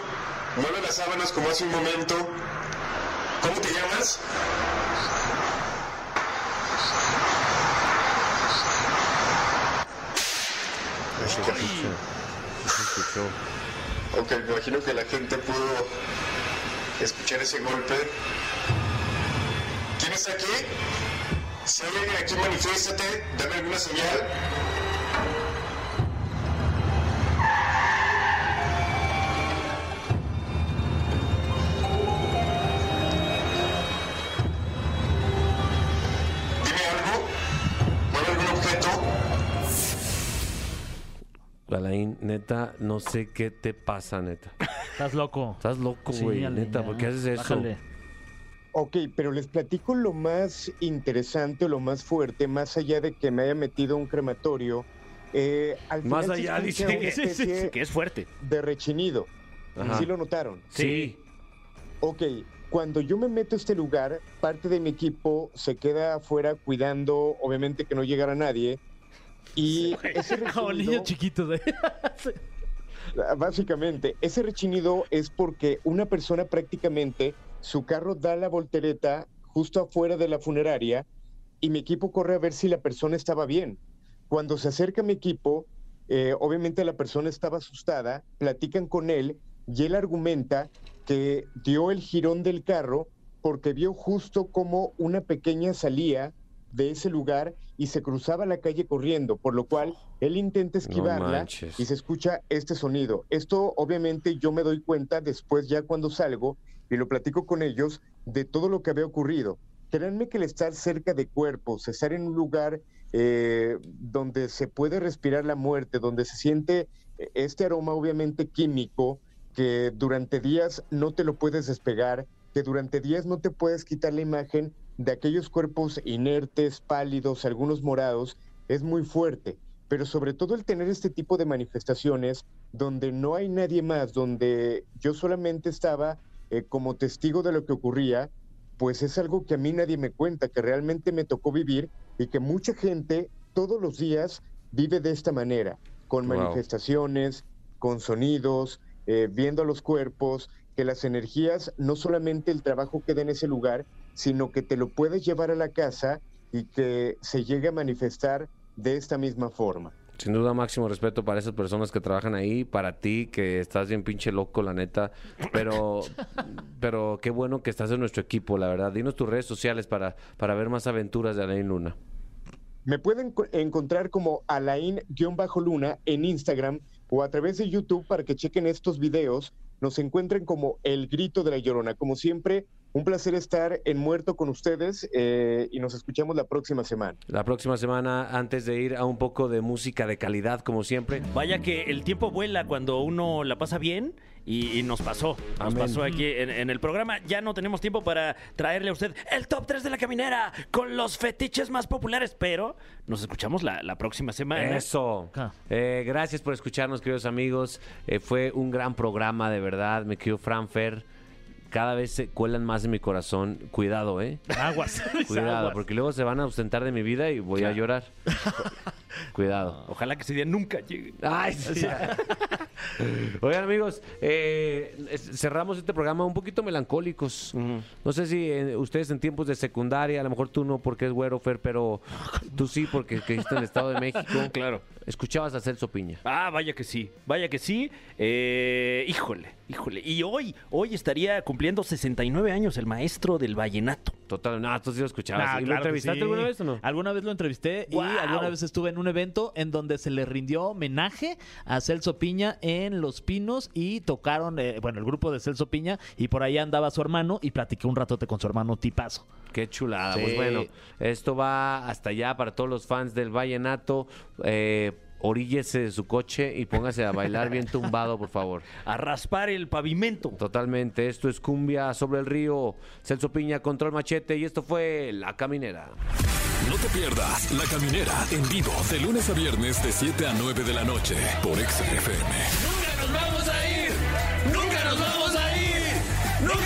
Speaker 12: Mueve las sábanas como hace un momento. ¿Cómo te llamas? se escucha. Se escuchó. Ok, me imagino que la gente pudo escuchar ese golpe. ¿Quién está aquí? Si hay alguien aquí, manifiéstate, dame alguna señal. Dime algo, mueve algún objeto.
Speaker 2: Alain, neta, no sé qué te pasa, neta.
Speaker 3: Estás loco.
Speaker 2: Estás loco,
Speaker 3: Sí,
Speaker 2: güey,
Speaker 3: Alain,
Speaker 2: neta,
Speaker 3: ya.
Speaker 2: ¿por qué haces eso?
Speaker 3: Bájale.
Speaker 10: Ok, pero les platico lo más interesante, o lo más fuerte, más allá de que me haya metido a un crematorio. eh, al final
Speaker 4: Más
Speaker 10: se
Speaker 4: allá,
Speaker 10: escucha
Speaker 4: dice
Speaker 10: una
Speaker 4: que,
Speaker 10: especie
Speaker 4: que es fuerte.
Speaker 10: de rechinido.
Speaker 4: Ajá.
Speaker 10: ¿Sí lo notaron?
Speaker 4: Sí.
Speaker 10: Ok, cuando yo me meto a este lugar, parte de mi equipo se queda afuera cuidando, obviamente que no llegara nadie. Y ese
Speaker 3: Como
Speaker 10: rechinido,
Speaker 3: niños chiquitos, ¿eh?
Speaker 10: básicamente, ese rechinido es porque una persona prácticamente su carro da la voltereta justo afuera de la funeraria y mi equipo corre a ver si la persona estaba bien. Cuando se acerca mi equipo, eh, obviamente la persona estaba asustada, platican con él y él argumenta que dio el girón del carro porque vio justo como una pequeña salía de ese lugar y se cruzaba la calle corriendo, por lo cual él intenta esquivarla
Speaker 2: manches.
Speaker 10: y se escucha este sonido. Esto obviamente yo me doy cuenta después ya cuando salgo y lo platico con ellos de todo lo que había ocurrido. Créanme que el estar cerca de cuerpos, estar en un lugar eh, donde se puede respirar la muerte, donde se siente eh, este aroma obviamente químico que durante días no te lo puedes despegar, que durante días no te puedes quitar la imagen de aquellos cuerpos inertes, pálidos, algunos morados, es muy fuerte. Pero sobre todo el tener este tipo de manifestaciones donde no hay nadie más, donde yo solamente estaba eh, como testigo de lo que ocurría, pues es algo que a mí nadie me cuenta, que realmente me tocó vivir y que mucha gente todos los días vive de esta manera, con
Speaker 2: Wow.
Speaker 10: manifestaciones, con sonidos, eh, viendo los cuerpos, que las energías, no solamente el trabajo queda en ese lugar, sino que te lo puedes llevar a la casa y que se llegue a manifestar de esta misma forma.
Speaker 2: Sin duda, máximo respeto para esas personas que trabajan ahí, para ti, que estás bien pinche loco, la neta. Pero, pero qué bueno que estás en nuestro equipo, la verdad. Dinos tus redes sociales para, para ver más aventuras de Alain Luna.
Speaker 10: Me pueden co- encontrar como Alain-Luna en Instagram o a través de YouTube para que chequen estos videos. Nos encuentren como El Grito de la Llorona. Como siempre, un placer estar en Muerto con ustedes eh, y nos escuchamos la próxima semana.
Speaker 2: La próxima semana, antes de ir a un poco de música de calidad, como siempre.
Speaker 4: Vaya que el tiempo vuela cuando uno la pasa bien y, y nos pasó. Nos
Speaker 2: Amén.
Speaker 4: pasó aquí en, en el programa. Ya no tenemos tiempo para traerle a usted el top 3 de la caminera con los fetiches más populares, pero nos escuchamos la, la próxima semana.
Speaker 2: Eso. Eh, gracias por escucharnos, queridos amigos. Eh, fue un gran programa, de verdad. Me querido Franfer. Cada vez se cuelan más en mi corazón. Cuidado, ¿eh?
Speaker 3: Aguas.
Speaker 2: Cuidado,
Speaker 3: Aguas.
Speaker 2: porque luego se van a ausentar de mi vida y voy a llorar. Cuidado.
Speaker 4: Ojalá que ese día nunca llegue.
Speaker 2: Ay, sí. Oigan, amigos, eh, es- cerramos este programa un poquito melancólicos. No sé si eh, ustedes en tiempos de secundaria, a lo mejor tú no porque es güero, Fer, pero tú sí porque creciste en el Estado de México.
Speaker 4: Claro.
Speaker 2: Escuchabas a Celso Piña.
Speaker 4: Ah, vaya que sí, vaya que sí. Eh, híjole, híjole. Y hoy, hoy estaría cumpliendo 69 años el maestro del vallenato.
Speaker 2: Total, no, tú sí lo escuchabas.
Speaker 3: Ah,
Speaker 2: ¿Y lo
Speaker 3: claro que
Speaker 2: entrevistaste
Speaker 3: sí.
Speaker 2: alguna vez o no?
Speaker 3: Alguna vez lo entrevisté
Speaker 4: ¡Guau!
Speaker 3: y alguna vez estuve en un evento en donde se le rindió homenaje a Celso Piña en Los Pinos y tocaron, eh, bueno, el grupo de Celso Piña y por ahí andaba su hermano y platiqué un ratote con su hermano Tipazo.
Speaker 2: Qué chulada.
Speaker 3: Sí.
Speaker 2: Pues bueno, esto va hasta allá para todos los fans del Vallenato. Eh, oríllese de su coche y póngase a bailar bien tumbado, por favor.
Speaker 4: A raspar el pavimento.
Speaker 2: Totalmente. Esto es Cumbia sobre el río. Celso Piña, Control Machete. Y esto fue La Caminera.
Speaker 1: No te pierdas La Caminera en vivo de lunes a viernes de 7 a 9 de la noche por Exa FM.
Speaker 13: ¡Nunca nos vamos a ir! ¡Nunca nos vamos a ir! ¡Nunca